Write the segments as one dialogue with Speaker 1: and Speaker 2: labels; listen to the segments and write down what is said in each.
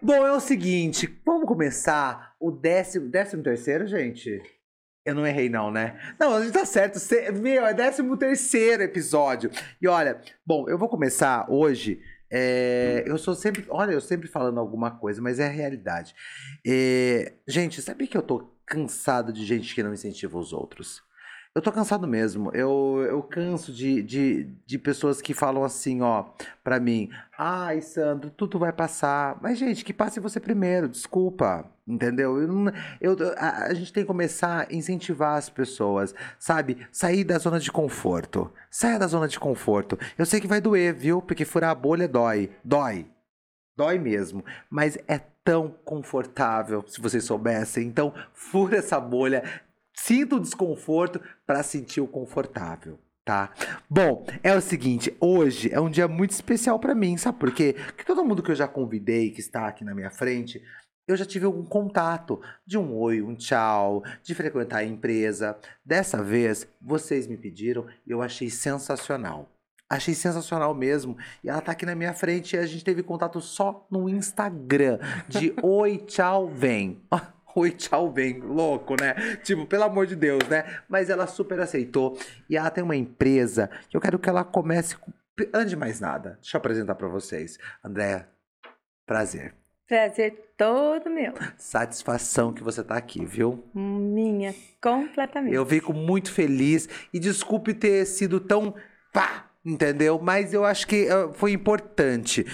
Speaker 1: Bom, é o seguinte, vamos começar o décimo, décimo terceiro, gente? Eu não errei não, né? Não, a gente tá certo, cê- meu, é décimo terceiro episódio. E olha, bom, eu vou começar hoje, é, eu sou sempre, olha, eu sempre falando alguma coisa, mas é a realidade. É, gente, sabe que eu tô cansado de gente que não incentiva os outros? Eu tô cansado mesmo. Eu, eu canso de, de, de pessoas que falam assim, ó, pra mim. Ai, Sandro, tudo vai passar. Mas, gente, que passe você primeiro, desculpa. Entendeu? Eu, não- eu, a, a gente tem que começar a incentivar as pessoas, sabe? Sair da zona de conforto. Saia da zona de conforto. Eu sei que vai doer, viu? Porque furar a bolha dói. Dói. Dói mesmo, mas é tão confortável, se vocês soubessem. Então, fura essa bolha, sinta o desconforto para sentir o confortável, tá? Bom, é o seguinte, hoje é um dia muito especial para mim, sabe por quê? Porque todo mundo que eu já convidei, que está aqui na minha frente, eu já tive algum contato de um oi, um tchau, de frequentar a empresa. Dessa vez, vocês me pediram e eu achei sensacional. Achei sensacional mesmo. E ela tá aqui na minha frente e a gente teve contato só no Instagram. De oi, tchau, vem. Oi, tchau, vem. Louco, né? Tipo, pelo amor de Deus, né? Mas ela super aceitou. E ela tem uma empresa que eu quero que ela comece. com- Antes de mais nada, deixa eu apresentar pra vocês. Andréa, prazer.
Speaker 2: Prazer todo meu.
Speaker 1: Satisfação que você tá aqui, viu?
Speaker 2: Minha, completamente.
Speaker 1: Eu fico muito feliz e desculpe ter sido tão pá, entendeu? Mas eu acho que eh, foi importante,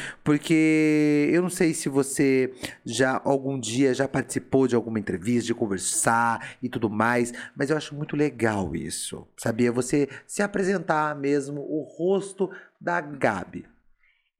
Speaker 1: porque eu não sei se você já algum dia já participou de alguma entrevista, de conversar e tudo mais, mas eu acho muito legal isso. Sabia você se apresentar mesmo o rosto da Gabi.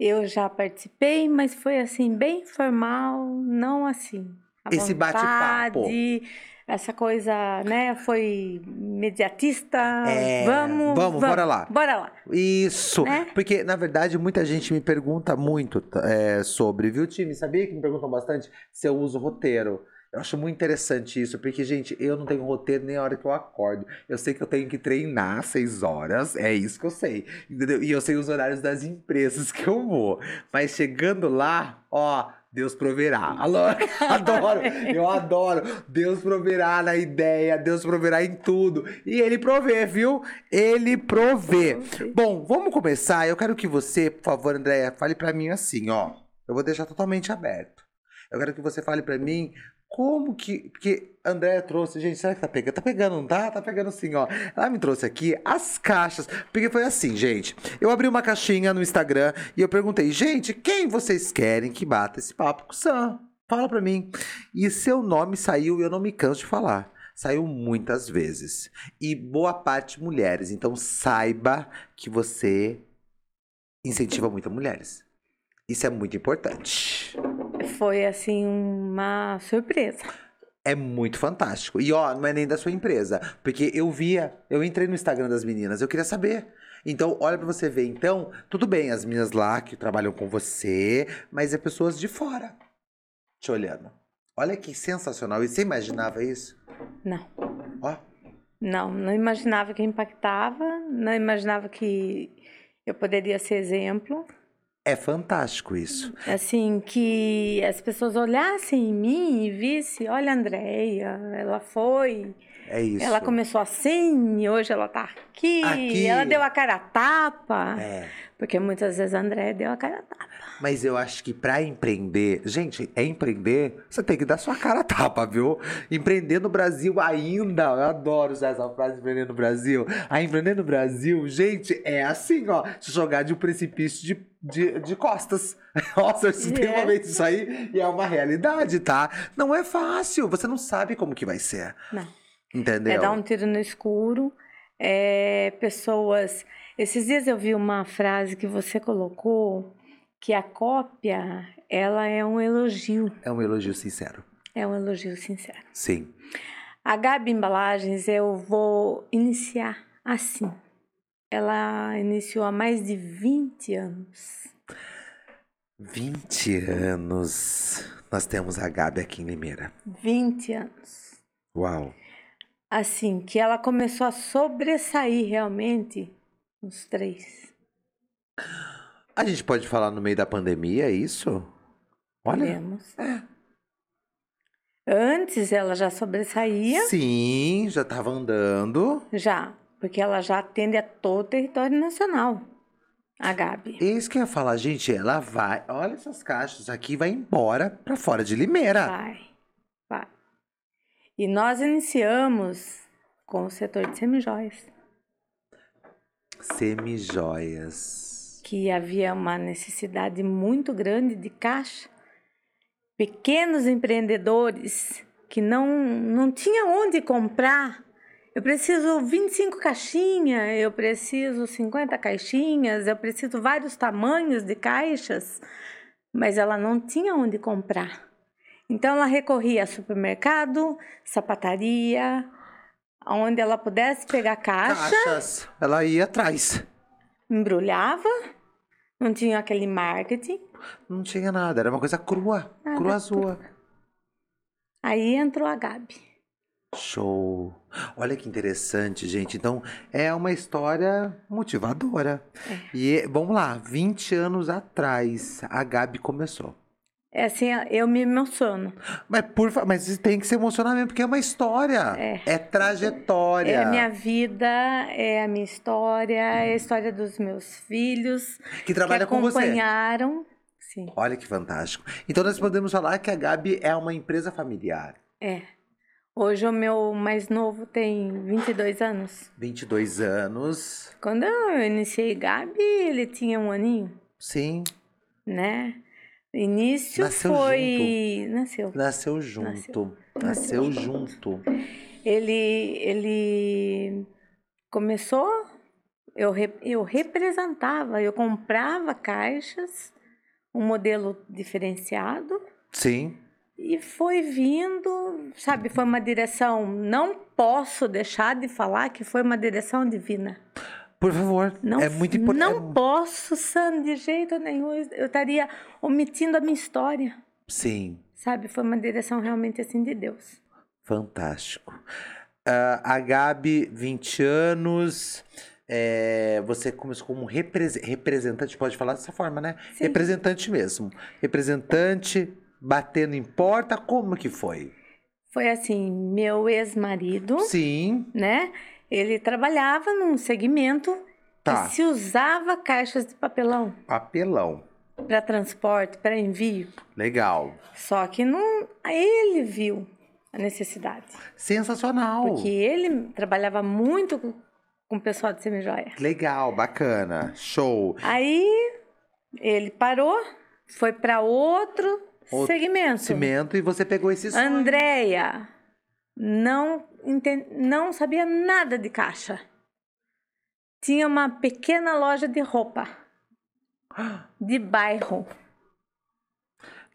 Speaker 2: Eu já participei, mas foi assim, bem formal, não assim. à
Speaker 1: Esse bate-papo.
Speaker 2: vontade, Essa coisa, né? Foi mediatista.
Speaker 1: É,
Speaker 2: vamos,
Speaker 1: vamos, bora lá.
Speaker 2: Bora lá.
Speaker 1: Isso,
Speaker 2: Né?
Speaker 1: porque na verdade muita gente me pergunta muito t- é, sobre, viu, time? Sabia que me perguntam bastante se eu uso roteiro. Eu acho muito interessante isso, porque, gente, eu não tenho roteiro nem a hora que eu acordo. Eu sei que eu tenho que treinar às seis horas, é isso que eu sei, entendeu? E eu sei os horários das empresas que eu vou. Mas chegando lá, ó, Deus proverá. Alô, adoro, eu adoro. Deus proverá na ideia, Deus proverá em tudo. E ele provê, viu? Ele provê. Bom, vamos começar. Eu quero que você, por favor, Andréia, fale pra mim assim, ó. Eu vou deixar totalmente aberto. Eu quero que você fale pra mim como que. Porque a Andréia trouxe. Gente, será que tá pegando? Tá pegando, não tá? Tá pegando sim, ó. Ela me trouxe aqui as caixas. Porque foi assim, gente. Eu abri uma caixinha no Instagram e eu perguntei, gente, quem vocês querem que bata esse papo com o Sam? Fala pra mim. E seu nome saiu e eu não me canso de falar. Saiu muitas vezes. E boa parte mulheres. Então saiba que você incentiva muito mulheres. Isso é muito importante.
Speaker 2: Foi assim, uma surpresa.
Speaker 1: É muito fantástico. E ó, não é nem da sua empresa, porque eu via, eu entrei no Instagram das meninas, eu queria saber. Então, olha pra você ver. Então, tudo bem, as meninas lá que trabalham com você, mas é pessoas de fora te olhando. Olha que sensacional. E você imaginava isso?
Speaker 2: Não.
Speaker 1: Ó,
Speaker 2: Não, não imaginava que impactava, não imaginava que eu poderia ser exemplo.
Speaker 1: é fantástico isso.
Speaker 2: Assim, que as pessoas olhassem em mim e vissem, olha a Andréia, ela foi,
Speaker 1: É isso.
Speaker 2: ela começou assim, e hoje ela tá aqui,
Speaker 1: Aqui.
Speaker 2: ela deu a cara a tapa.
Speaker 1: É.
Speaker 2: Porque muitas vezes a Andréia deu a cara a tapa.
Speaker 1: Mas eu acho que pra empreender, gente, é empreender, você tem que dar sua cara a tapa, viu? Empreender no Brasil ainda, eu adoro usar essa frase, empreender no Brasil. A empreender no Brasil, gente, é assim, ó, se jogar de um precipício de, de, de costas. Nossa, eu estudei uma
Speaker 2: É.
Speaker 1: vez isso aí e é uma realidade, tá? Não é fácil, você não sabe como que vai ser,
Speaker 2: Não.
Speaker 1: entendeu?
Speaker 2: É dar um tiro no escuro. é, pessoas. Esses dias eu vi uma frase que você colocou que a cópia ela é um elogio.
Speaker 1: É um elogio sincero,
Speaker 2: É um elogio sincero.
Speaker 1: sim.
Speaker 2: A Gabi Embalagens eu vou iniciar assim. Ela iniciou há mais de 20 anos.
Speaker 1: 20 anos nós temos a Gabi aqui em Limeira.
Speaker 2: 20 anos.
Speaker 1: Uau.
Speaker 2: assim, que ela começou a sobressair realmente nos três.
Speaker 1: A gente pode falar no meio da pandemia, é isso? Olha.
Speaker 2: Podemos. Antes ela já sobressaía,
Speaker 1: Sim, já tava andando.
Speaker 2: já, porque ela já atende a todo o território nacional, a Gabi.
Speaker 1: Eis É que eu ia falar, gente, ela vai. Olha essas caixas aqui, vai embora pra fora de Limeira.
Speaker 2: Vai, vai. E nós iniciamos com o setor de semijóias,
Speaker 1: Semijoias.
Speaker 2: que havia uma necessidade muito grande de caixa. Pequenos empreendedores que não, não tinha onde comprar. Eu preciso 25 caixinhas, eu preciso 50 caixinhas, eu preciso vários tamanhos de caixas, mas ela não tinha onde comprar. Então ela recorria a supermercado, sapataria, onde ela pudesse pegar caixa
Speaker 1: Caixas. Ela ia atrás.
Speaker 2: embrulhava, não tinha aquele marketing.
Speaker 1: Não tinha nada, era uma coisa crua.
Speaker 2: Nada,
Speaker 1: crua azul.
Speaker 2: Aí entrou a Gabi.
Speaker 1: Show. Olha que interessante, gente. Então, é uma história motivadora. E eh, vamos lá, 20 anos atrás a Gabi começou.
Speaker 2: É assim, eu me emociono.
Speaker 1: Mas por fa- mas tem que se emocionar mesmo, porque é uma história.
Speaker 2: É.
Speaker 1: trajetória.
Speaker 2: É a minha vida, é a minha história, é a história dos meus filhos
Speaker 1: Que trabalha
Speaker 2: que
Speaker 1: com você.
Speaker 2: acompanharam. Sim,
Speaker 1: Olha que fantástico. Então nós podemos falar que a Gabi é uma empresa familiar.
Speaker 2: é. Hoje o meu mais novo tem 22 anos.
Speaker 1: 22 anos.
Speaker 2: Quando eu iniciei Gabi, ele tinha um aninho,
Speaker 1: Sim,
Speaker 2: né? Início
Speaker 1: Nasceu
Speaker 2: foi. Nasceu.
Speaker 1: nasceu junto. Nasceu,
Speaker 2: Nasceu
Speaker 1: junto.
Speaker 2: Ele, ele começou, eu, re- eu representava, eu comprava caixas, um modelo diferenciado,
Speaker 1: Sim.
Speaker 2: e foi vindo, sabe, foi uma direção, não posso deixar de falar que foi uma direção divina.
Speaker 1: Por favor.
Speaker 2: Não,
Speaker 1: é muito importante.
Speaker 2: Não posso, Sam, de jeito nenhum, eu eu estaria omitindo a minha história,
Speaker 1: é, Sim.
Speaker 2: sabe, foi uma direção realmente assim de Deus.
Speaker 1: Fantástico. Ah, a Gabi, 20 anos. é, você começou como represe- representante, pode falar dessa forma, né?
Speaker 2: Sim.
Speaker 1: Representante mesmo. Representante, batendo em porta, como que foi?
Speaker 2: Foi assim, meu ex-marido...
Speaker 1: Sim,
Speaker 2: né? Ele trabalhava num segmento
Speaker 1: tá.
Speaker 2: que se usava caixas de papelão
Speaker 1: Papelão.
Speaker 2: para transporte, para envio.
Speaker 1: Legal.
Speaker 2: Só que não, aí ele viu a necessidade,
Speaker 1: Sensacional.
Speaker 2: porque ele trabalhava muito com, com o pessoal de semijoia.
Speaker 1: Legal, bacana. Show.
Speaker 2: Aí ele parou, foi para outro,
Speaker 1: Outro
Speaker 2: segmento.
Speaker 1: Cimento, e você pegou esse sonho.
Speaker 2: Andréia não, enten- não sabia nada de caixa. Tinha uma pequena loja de roupa de bairro.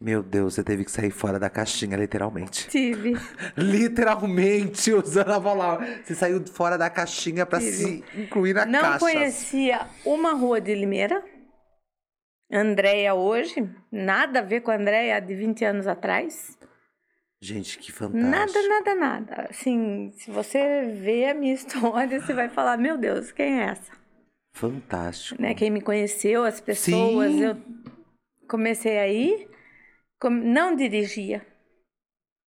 Speaker 1: Meu Deus, você teve que sair fora da caixinha, literalmente.
Speaker 2: Tive.
Speaker 1: Literalmente, usando a palavra. Você saiu fora da caixinha pra se
Speaker 2: Tive.
Speaker 1: incluir na
Speaker 2: não
Speaker 1: caixa.
Speaker 2: conhecia uma rua de Limeira. Andréia hoje, nada a ver com a Andréia de 20 anos atrás.
Speaker 1: Gente, que fantástico.
Speaker 2: Nada, nada, nada. Assim, se você vê a minha história, você vai falar: Meu Deus, quem é essa?
Speaker 1: Fantástico.
Speaker 2: né? Quem me conheceu, as pessoas,
Speaker 1: Sim.
Speaker 2: eu comecei aí, com- não dirigia,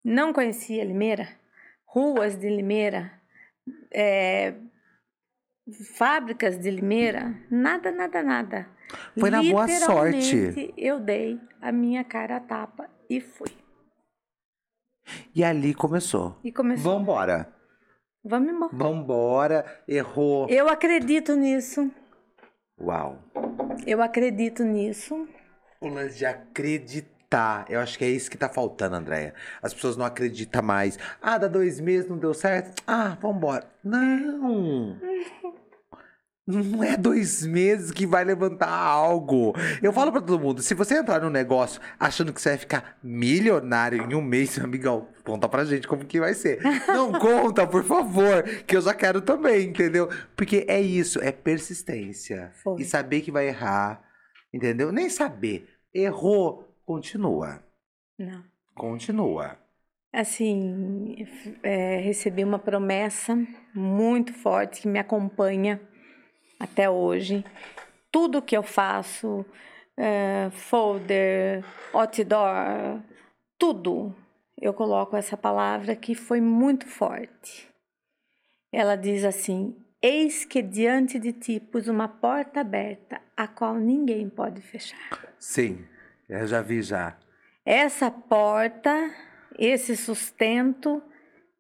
Speaker 2: não conhecia Limeira, ruas de Limeira, é, fábricas de Limeira, nada, nada, nada.
Speaker 1: Foi na boa sorte.
Speaker 2: Literalmente, Eu dei a minha cara a tapa e fui.
Speaker 1: E ali começou.
Speaker 2: E começou.
Speaker 1: Vambora.
Speaker 2: Vamos embora.
Speaker 1: Vambora. Errou.
Speaker 2: Eu acredito nisso.
Speaker 1: Uau.
Speaker 2: Eu acredito nisso.
Speaker 1: O lance de acreditar. Eu acho que é isso que tá faltando, Andréia. As pessoas não acreditam mais. Ah, dá dois meses, não deu certo. Ah, vambora. Não! Não é dois meses que vai levantar algo. Eu falo pra todo mundo: se você entrar num negócio achando que você vai ficar milionário em um mês, meu amigão, conta pra gente como que vai ser. Não conta, por favor, que eu já quero também, entendeu? Porque é isso, é persistência.
Speaker 2: Foi.
Speaker 1: E saber que vai errar, entendeu? Nem saber. Errou, continua.
Speaker 2: Não.
Speaker 1: Continua.
Speaker 2: Assim, é, recebi uma promessa muito forte que me acompanha até hoje. Tudo que eu faço, é, folder, outdoor, tudo, eu coloco essa palavra que foi muito forte. Ela diz assim: Eis que diante de ti pus uma porta aberta, a qual ninguém pode fechar.
Speaker 1: Sim, eu já vi já.
Speaker 2: Essa porta, esse sustento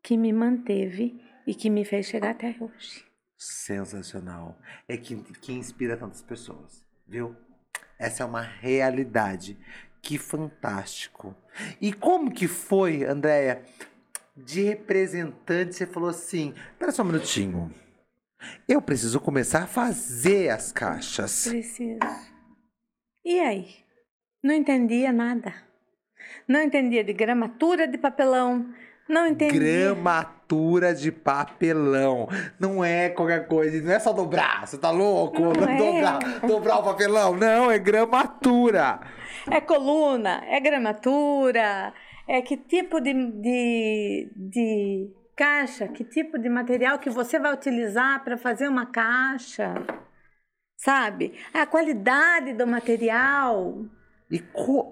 Speaker 2: que me manteve e que me fez chegar até hoje.
Speaker 1: Sensacional. É que, que inspira tantas pessoas, viu? Essa é uma realidade. Que fantástico. E como que foi, Andréia, de representante, você falou assim, espera só um minutinho. Eu preciso começar a fazer as caixas.
Speaker 2: Preciso. E aí? Não entendia nada. Não entendia de gramatura de papelão. Não entendia.
Speaker 1: Gramatura de papelão. Não é qualquer coisa, não é só dobrar, você tá louco?
Speaker 2: Não é.
Speaker 1: dobrar, dobrar o papelão. Não, é gramatura.
Speaker 2: É coluna, é gramatura, é que tipo de, de, de caixa, que tipo de material que você vai utilizar para fazer uma caixa, sabe? A qualidade do material.
Speaker 1: E como.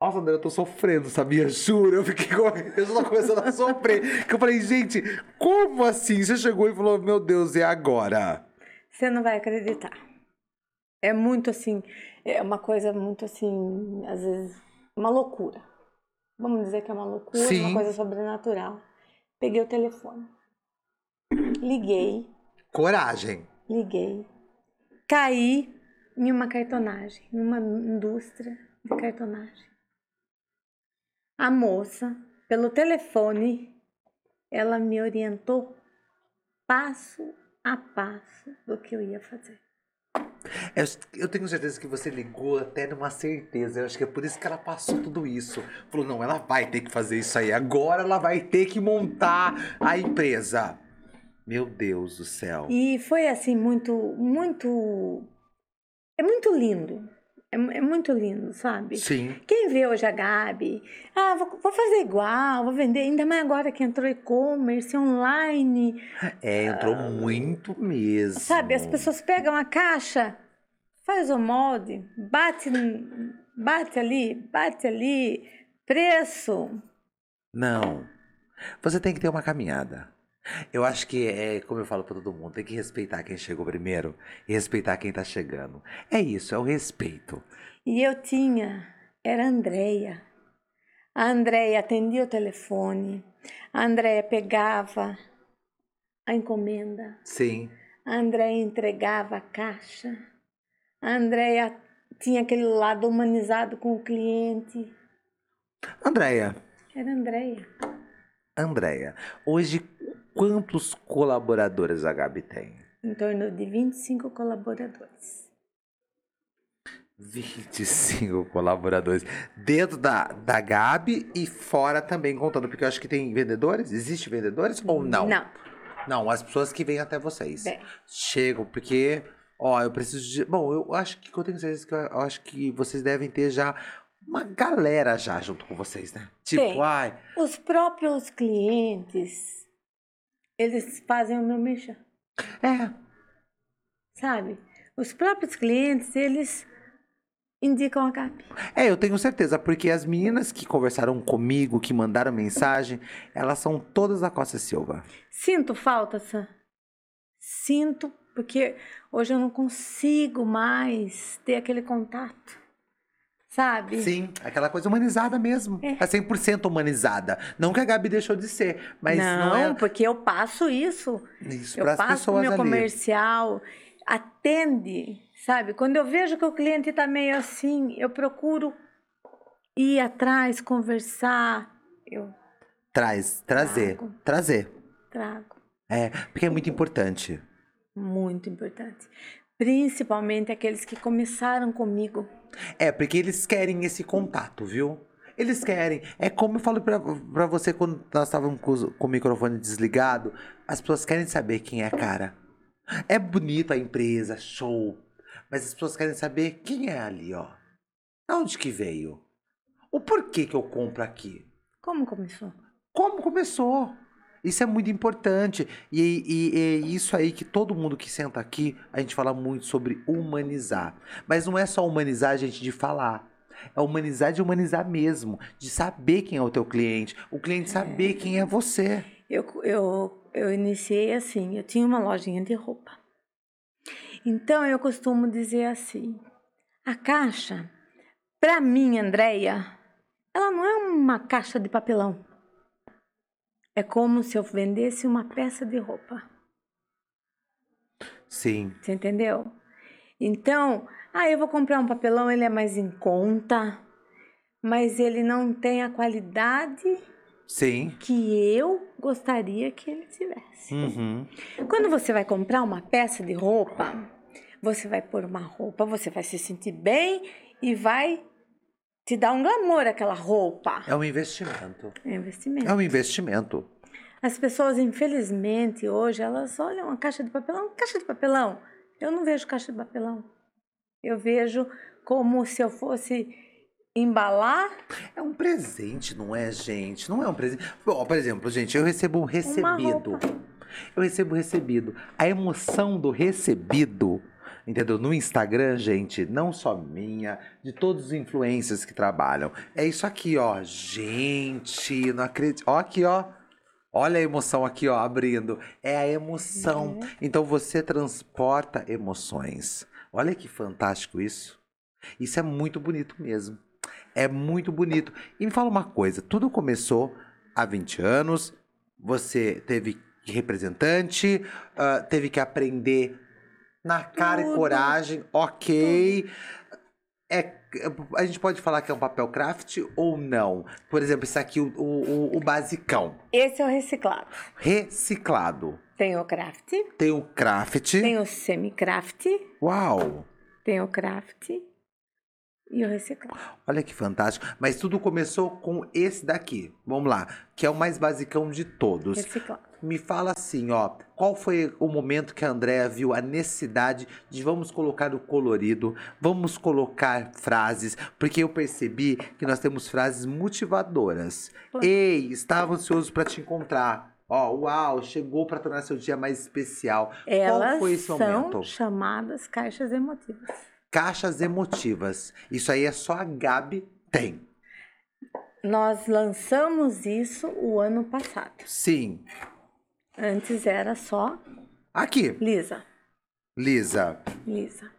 Speaker 1: Nossa, André, eu tô sofrendo, sabia? Juro, eu fiquei com... eu já tô começando a sofrer. Que eu falei, gente, como assim? Você chegou e falou, meu Deus, é agora.
Speaker 2: Você não vai acreditar. É muito assim, é uma coisa muito assim, às vezes, uma loucura. Vamos dizer que é uma loucura,
Speaker 1: Sim.
Speaker 2: uma coisa sobrenatural. Peguei o telefone. Liguei,
Speaker 1: Coragem.
Speaker 2: liguei. Caí em uma cartonagem, numa indústria de cartonagem. A moça, pelo telefone, ela me orientou passo a passo do que eu ia fazer.
Speaker 1: Eu, eu tenho certeza que você ligou até numa certeza. Eu acho que é por isso que ela passou tudo isso. Falou, não, ela vai ter que fazer isso aí. Agora ela vai ter que montar a empresa. Meu Deus do céu.
Speaker 2: E foi assim muito, muito, é muito lindo, é, mu- é muito lindo, sabe?
Speaker 1: Sim.
Speaker 2: Quem vê hoje a Gabi, ah, vou, vou fazer igual, vou vender, ainda mais agora que entrou e-commerce, online,
Speaker 1: É, entrou muito mesmo.
Speaker 2: Ah. sabe? As pessoas pegam a caixa, faz o molde, bate, n- bate ali, bate ali, preço,
Speaker 1: Não. Você tem que ter uma caminhada. Eu acho que é, como eu falo pra todo mundo, tem que respeitar quem chegou primeiro e respeitar quem tá chegando. É isso, é o respeito.
Speaker 2: E eu tinha, era a Andréia. A Andréia atendia o telefone, a Andréia pegava a encomenda,
Speaker 1: Sim.
Speaker 2: a Andréia entregava a caixa, a Andréia tinha aquele lado humanizado com o cliente.
Speaker 1: Andréia,
Speaker 2: Era a Andréia.
Speaker 1: Andréia, hoje quantos colaboradores a Gabi tem?
Speaker 2: Em torno de 25 colaboradores.
Speaker 1: 25 colaboradores. Dentro da, da Gabi e fora também contando, porque eu acho que tem vendedores? Existe vendedores ou não?
Speaker 2: Não.
Speaker 1: Não, as pessoas que vêm até vocês.
Speaker 2: Bem.
Speaker 1: Chegam, porque, ó, eu preciso de. Bom, eu acho que eu tenho certeza que eu, eu acho que vocês devem ter já uma galera já junto com vocês, né? Tipo,
Speaker 2: Tem.
Speaker 1: ai,
Speaker 2: Os próprios clientes, eles fazem o meu mexer.
Speaker 1: é,
Speaker 2: sabe? Os próprios clientes, eles indicam a Gabi.
Speaker 1: É, eu tenho certeza, porque as meninas que conversaram comigo, que mandaram mensagem, elas são todas da Costa Silva.
Speaker 2: Sinto falta, Sam. Sinto, porque hoje eu não consigo mais ter aquele contato, sabe?
Speaker 1: Sim, aquela coisa humanizada mesmo. É, 100% humanizada. Não que a Gabi deixou de ser, mas não,
Speaker 2: não,
Speaker 1: é
Speaker 2: porque eu passo isso.
Speaker 1: isso
Speaker 2: Eu
Speaker 1: para as
Speaker 2: passo o
Speaker 1: pessoas
Speaker 2: meu
Speaker 1: ali.
Speaker 2: comercial, atende, sabe? Quando eu vejo que o cliente está meio assim, eu procuro ir atrás, conversar, eu
Speaker 1: Traz, trazer,
Speaker 2: Trago.
Speaker 1: trazer.
Speaker 2: trago.
Speaker 1: É, porque é muito importante.
Speaker 2: Muito importante. Principalmente aqueles que começaram comigo.
Speaker 1: É, porque eles querem esse contato, viu? Eles querem. É como eu falo pra, pra você quando nós estávamos com, os- com o microfone desligado. As pessoas querem saber quem é a cara. É bonito a empresa, show. Mas as pessoas querem saber quem é ali, ó. Da onde que veio? O porquê que eu compro aqui?
Speaker 2: Como começou?
Speaker 1: Como começou? Isso é muito importante. E, e- e é isso aí que todo mundo que senta aqui, a gente fala muito sobre humanizar. Mas não é só humanizar, gente, de falar. É humanizar de humanizar mesmo. De saber quem é o teu cliente. O cliente saber quem é você.
Speaker 2: Eu, eu, eu iniciei assim, eu tinha uma lojinha de roupa. Então eu costumo dizer assim: a caixa, para mim, Andréia, ela não é uma caixa de papelão. É como se eu vendesse uma peça de roupa.
Speaker 1: Sim.
Speaker 2: Você entendeu? Então, ah, eu vou comprar um papelão, ele é mais em conta, mas ele não tem a qualidade
Speaker 1: Sim.
Speaker 2: que eu gostaria que ele tivesse.
Speaker 1: Uhum.
Speaker 2: Quando você vai comprar uma peça de roupa, você vai pôr uma roupa, você vai se sentir bem e vai te dar um glamour aquela roupa.
Speaker 1: É um investimento.
Speaker 2: É um investimento.
Speaker 1: É um investimento.
Speaker 2: As pessoas, infelizmente, hoje, elas olham a caixa de papelão. Caixa de papelão. Eu não vejo caixa de papelão. Eu vejo como se eu fosse embalar
Speaker 1: É um presente, não é, gente? Não é um presente. Ó, por exemplo, gente, eu recebo um recebido.
Speaker 2: roupa.
Speaker 1: Eu recebo um recebido. A emoção do recebido, entendeu? No Instagram, gente, não só minha, de todos os influencers que trabalham. É isso aqui, ó. Gente, não acredito. Ó, aqui, ó. Olha a emoção aqui, ó, abrindo. É a emoção. Então você transporta emoções. Olha que fantástico isso. Isso é muito bonito mesmo. É muito bonito. E me fala uma coisa: tudo começou há 20 anos, você teve representante, ah, teve que aprender na cara e
Speaker 2: Tudo.
Speaker 1: coragem, ok. É, a gente pode falar que é um papel craft ou não? Por exemplo, isso aqui, o, o, o- o basicão.
Speaker 2: Esse é o reciclado.
Speaker 1: Reciclado.
Speaker 2: Tem o craft,
Speaker 1: Tem o craft.
Speaker 2: tem o semi-craft,
Speaker 1: Uau!
Speaker 2: tem o craft e o reciclado.
Speaker 1: Olha que fantástico. Mas tudo começou com esse daqui. Vamos lá. Que é o mais basicão de todos.
Speaker 2: Reciclado.
Speaker 1: Me fala assim, ó, qual foi o momento que a Andrea viu a necessidade de vamos colocar o colorido, vamos colocar frases, porque eu percebi que nós temos frases motivadoras.
Speaker 2: Claro.
Speaker 1: Ei, estava ansioso para te encontrar. Ó, uau, chegou para tornar seu dia mais especial.
Speaker 2: Elas
Speaker 1: qual foi esse
Speaker 2: são
Speaker 1: momento?
Speaker 2: chamadas caixas emotivas.
Speaker 1: Caixas emotivas. Isso aí é só a Gabi tem.
Speaker 2: Nós lançamos isso o ano passado.
Speaker 1: Sim.
Speaker 2: Antes era só
Speaker 1: Aqui,
Speaker 2: Lisa.
Speaker 1: Lisa.
Speaker 2: Lisa.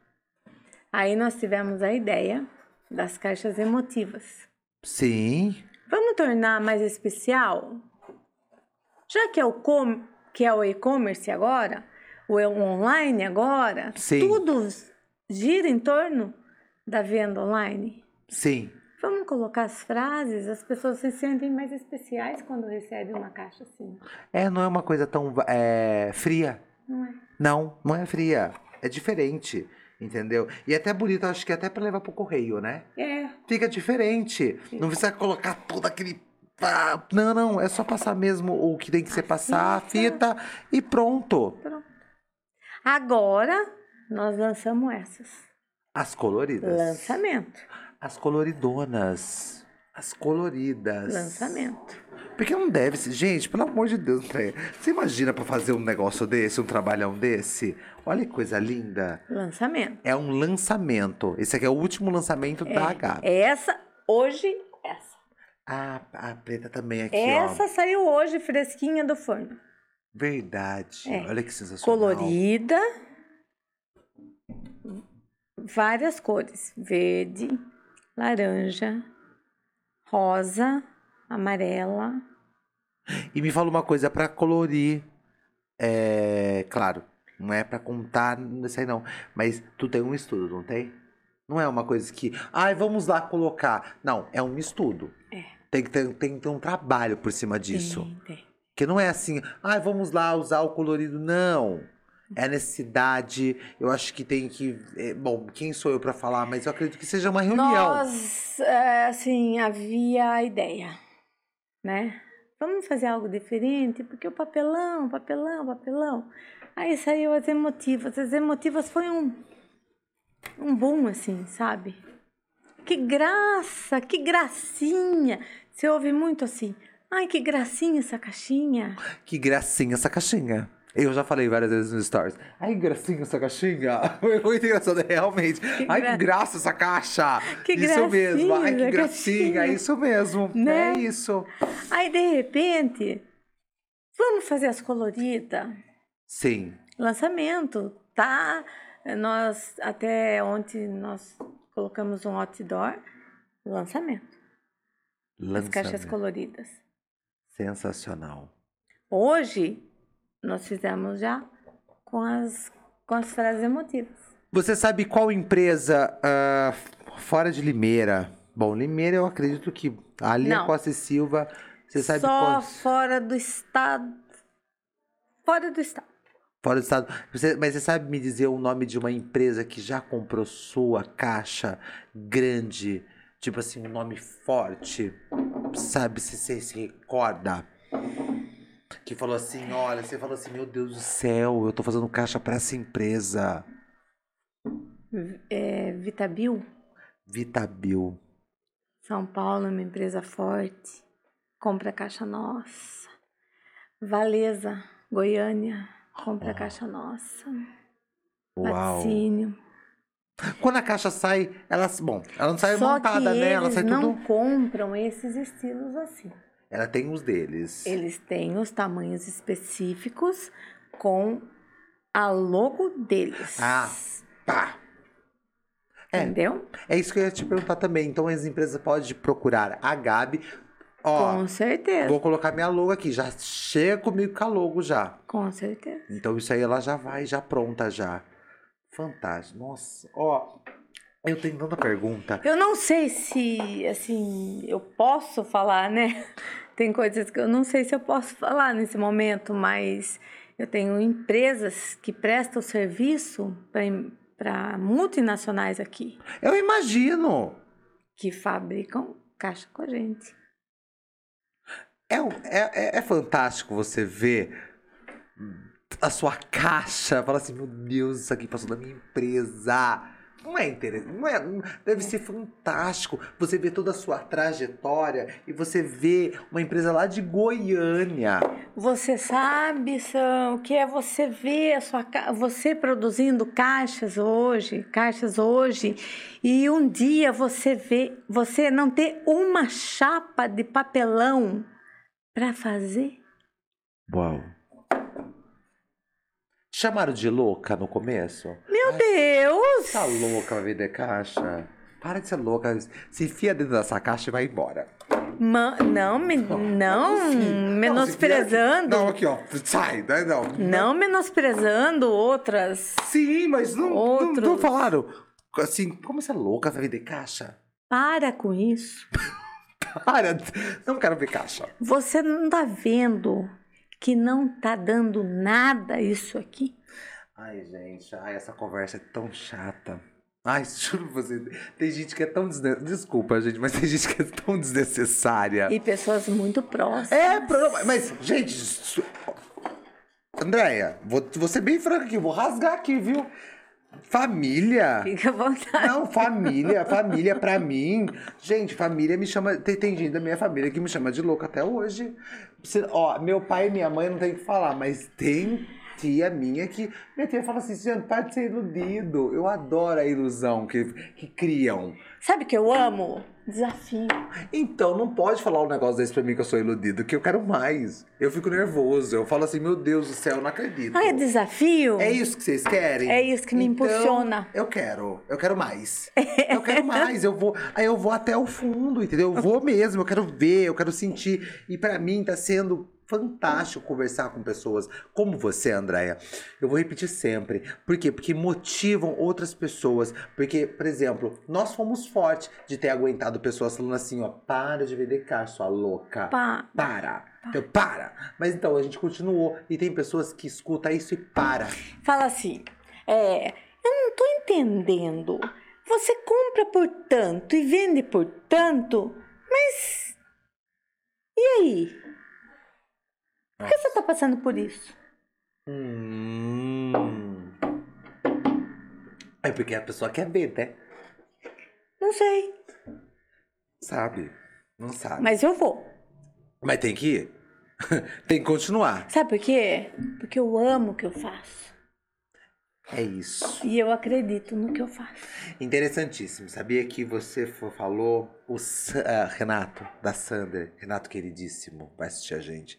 Speaker 2: Aí nós tivemos a ideia das caixas emotivas.
Speaker 1: Sim.
Speaker 2: Vamos tornar mais especial? Já que é o com- que é o e-commerce agora, o e- online agora,
Speaker 1: Sim.
Speaker 2: tudo gira em torno da venda online.
Speaker 1: Sim.
Speaker 2: Vamos colocar as frases, as pessoas se sentem mais especiais quando recebem uma caixa assim,
Speaker 1: É, não é uma coisa tão é, fria.
Speaker 2: não é?
Speaker 1: Não, não é fria. É diferente, entendeu? E é até bonito, acho que é até pra levar pro correio, né?
Speaker 2: É,
Speaker 1: Fica diferente.
Speaker 2: Sim.
Speaker 1: Não precisa colocar todo aquele. pá. Não, não. É só passar mesmo o que tem que ser passar, a fita e pronto.
Speaker 2: pronto. Agora nós lançamos essas.
Speaker 1: As coloridas.
Speaker 2: Lançamento.
Speaker 1: As coloridonas. As coloridas.
Speaker 2: Lançamento.
Speaker 1: Porque não deve ser. Gente, pelo amor de Deus, Andréia. Você imagina pra fazer um negócio desse, um trabalhão desse? Olha que coisa linda.
Speaker 2: Lançamento.
Speaker 1: É um lançamento. Esse aqui é o último lançamento da Gabi.
Speaker 2: É essa, hoje, essa.
Speaker 1: Ah, a preta também aqui, ó.
Speaker 2: Essa saiu hoje, fresquinha do forno.
Speaker 1: Verdade.
Speaker 2: É.
Speaker 1: Olha que sensacional.
Speaker 2: Colorida. Várias cores. Verde, laranja, rosa, amarela.
Speaker 1: E me fala uma coisa pra colorir. É, claro, não é pra contar, não sei não. Mas tu tem um estudo, não tem? Não é uma coisa que, ai, vamos lá colocar. Não, é um estudo.
Speaker 2: É.
Speaker 1: Tem que ter, tem que ter um trabalho por cima disso.
Speaker 2: Tem, tem.
Speaker 1: Que não é assim, ah, vamos lá usar o colorido. Não. É necessidade. Eu acho que tem que. é, bom, quem sou eu pra falar? Mas eu acredito que seja uma reunião.
Speaker 2: Nós, é, assim, havia a ideia, né? Vamos fazer algo diferente, porque o papelão, papelão, papelão. Aí saiu as emotivas. As emotivas foi um, um boom, assim, sabe? Que graça, que gracinha. Se Você ouve muito assim. Ai, que gracinha essa caixinha.
Speaker 1: Que gracinha essa caixinha. Eu já falei várias vezes nos stories. Ai, que gracinha essa caixinha. Foi muito engraçado, realmente. Ai, que
Speaker 2: gra-
Speaker 1: graça essa caixa.
Speaker 2: Que
Speaker 1: isso mesmo. Ai,
Speaker 2: gracinha
Speaker 1: que
Speaker 2: essa
Speaker 1: gracinha.
Speaker 2: caixinha.
Speaker 1: Isso mesmo.
Speaker 2: Né?
Speaker 1: É isso.
Speaker 2: Aí, de repente, vamos fazer as coloridas.
Speaker 1: Sim.
Speaker 2: Lançamento, tá? Nós, até ontem, nós colocamos um outdoor. Lançamento. As caixas
Speaker 1: Lançamento.
Speaker 2: coloridas.
Speaker 1: Sensacional.
Speaker 2: Hoje, nós fizemos já com as, com as frases emotivas.
Speaker 1: Você sabe qual empresa ah, fora de Limeira? Bom, Limeira eu acredito que ali é
Speaker 2: Não.
Speaker 1: Costa e Silva. Você sabe
Speaker 2: Só
Speaker 1: qual?
Speaker 2: fora do estado. Fora do estado.
Speaker 1: Fora do estado. Você- mas você sabe me dizer o nome de uma empresa que já comprou sua caixa grande? Tipo assim, um nome forte. Sabe, se você se recorda. Que falou assim, olha, você falou assim, meu Deus do céu, eu tô fazendo caixa pra essa empresa.
Speaker 2: É, Vitabil,
Speaker 1: Vitabil.
Speaker 2: São Paulo, é uma empresa forte. Compra caixa nossa. Valesa, Goiânia, compra
Speaker 1: Ó.
Speaker 2: caixa nossa.
Speaker 1: Uau.
Speaker 2: Patrocínio.
Speaker 1: Quando a caixa sai, ela. Bom, ela não sai
Speaker 2: Só que
Speaker 1: montada,
Speaker 2: eles
Speaker 1: né? Ela sai
Speaker 2: não
Speaker 1: tudo.
Speaker 2: compram esses estilos assim.
Speaker 1: Ela tem os deles.
Speaker 2: Eles têm os tamanhos específicos com a logo deles.
Speaker 1: Ah. Pá. É.
Speaker 2: Entendeu?
Speaker 1: É isso que eu ia te perguntar também. Então as empresas podem procurar a Gabi. Ó,
Speaker 2: Com certeza.
Speaker 1: vou colocar minha logo aqui. Já chega comigo com a logo já.
Speaker 2: Com certeza.
Speaker 1: Então isso aí ela já vai, já pronta já. Fantástico. Nossa. Ó, eu tenho tanta pergunta.
Speaker 2: Eu não sei se, assim, eu posso falar, né? Tem coisas que eu não sei se eu posso falar nesse momento, mas eu tenho empresas que prestam serviço para multinacionais aqui,
Speaker 1: Eu imagino.
Speaker 2: que fabricam caixa com a gente.
Speaker 1: É, um- é, é, é fantástico você ver a sua caixa, falar assim, meu Deus, isso aqui passou da minha empresa. Não é interessante, não é, não- deve ser fantástico você ver toda a sua trajetória e você ver uma empresa lá de Goiânia.
Speaker 2: Você sabe, Sam, o que é você ver a sua ca- você produzindo caixas hoje, caixas hoje, e um dia você vê você não ter uma chapa de papelão para fazer?
Speaker 1: Uau. Chamaram de louca no começo?
Speaker 2: Meu Deus!
Speaker 1: Tá louca pra vender caixa? Para de ser louca, se enfia dentro dessa caixa e vai embora.
Speaker 2: Ma- não, me- não,
Speaker 1: Assim, não, se vier aqui-
Speaker 2: menosprezando,
Speaker 1: Não, aqui ó, sai, né, não.
Speaker 2: não menosprezando outras
Speaker 1: Sim, mas não, não, não
Speaker 2: Outros.
Speaker 1: falaram. Assim, como você é louca pra vender caixa?
Speaker 2: Para com isso.
Speaker 1: Para, não quero ver caixa.
Speaker 2: Você não tá vendo que não tá dando nada isso aqui?
Speaker 1: Ai, gente, ai, essa conversa é tão chata. Ai, juro pra você, tem gente que é tão desnecessária. Desculpa, gente, mas tem gente que é tão desnecessária.
Speaker 2: E pessoas muito próximas.
Speaker 1: É, problema. Mas, gente. su- Andréia, vou, vou ser bem franca aqui, vou rasgar aqui, viu? Família.
Speaker 2: Fica à vontade.
Speaker 1: Não, família, família pra mim. Gente, família me chama. Tem, tem gente da minha família que me chama de louca até hoje. Se- ó, meu pai e minha mãe não tem o que falar, mas tem tia minha que. Minha tia fala assim, gente, para de ser iludido. Eu adoro a ilusão que, que criam.
Speaker 2: Sabe o que eu amo? Desafio.
Speaker 1: Então não pode falar um negócio desse pra mim que eu sou iludido, que eu quero mais. Eu fico nervoso. Eu falo assim, meu Deus do céu, eu não acredito.
Speaker 2: Ah, é desafio?
Speaker 1: É isso que vocês querem? Então,
Speaker 2: É isso que me impulsiona.
Speaker 1: Eu quero, eu quero mais. Eu quero mais, eu vou, aí eu vou até o fundo, entendeu? Eu vou mesmo, eu quero ver, eu quero sentir. E pra mim tá sendo fantástico conversar com pessoas como você, Andréia. Eu vou repetir sempre. Por quê? Porque motivam outras pessoas. Porque, por exemplo, nós fomos fortes de ter aguentado pessoas falando assim, ó, para de vender caixa, sua louca
Speaker 2: Pá.
Speaker 1: para. Então, para. Mas então, a gente continuou. E tem pessoas que escutam isso e para.
Speaker 2: Fala assim, é, eu não tô entendendo. Você compra por tanto e vende por tanto, mas e aí? Por que você tá passando por isso?
Speaker 1: Hum. É porque a pessoa quer ver, né?
Speaker 2: Não sei.
Speaker 1: Sabe? Não sabe. Mas,
Speaker 2: Mas eu vou.
Speaker 1: tem que ir. tem que continuar.
Speaker 2: Sabe por quê? Porque eu amo o que eu faço.
Speaker 1: É isso.
Speaker 2: E eu acredito no que eu faço.
Speaker 1: Interessantíssimo. Sabia que você fo- falou o Sa- ah, Renato da Sandra, Renato queridíssimo, vai assistir a gente.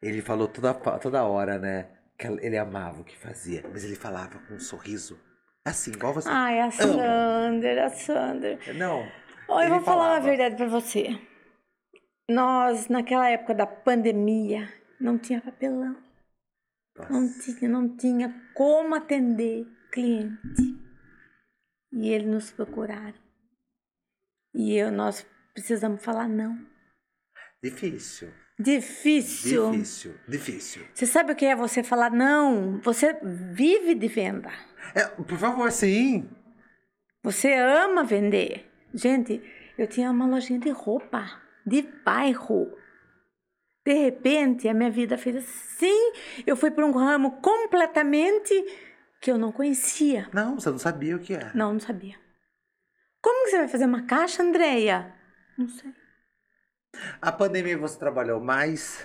Speaker 1: Ele falou toda pa- toda hora, né, que ela- ele amava o que fazia, mas ele falava com um sorriso, assim, igual você.
Speaker 2: Ai, a Sandra, a Sandra.
Speaker 1: Não.
Speaker 2: Ó, eu
Speaker 1: Ele
Speaker 2: vou falar uma
Speaker 1: falava.
Speaker 2: verdade pra você. Nós, naquela época da pandemia, não tinha papelão. Não
Speaker 1: Nossa.
Speaker 2: tinha, não tinha como atender cliente. E eles nos procuraram. E eu, nós precisamos falar não.
Speaker 1: Difícil.
Speaker 2: Difícil.
Speaker 1: Difícil. Difícil.
Speaker 2: Você sabe o que é você falar não? Você vive de venda.
Speaker 1: É, por favor, sim.
Speaker 2: Você ama vender. Gente, eu tinha uma lojinha de roupa, de bairro. De repente, a minha vida fez assim. Eu fui para um ramo completamente que eu não conhecia.
Speaker 1: Não, você não sabia o que é.
Speaker 2: Não, não sabia. Como que você vai fazer uma caixa, Andréia? Não sei.
Speaker 1: A pandemia você trabalhou mais?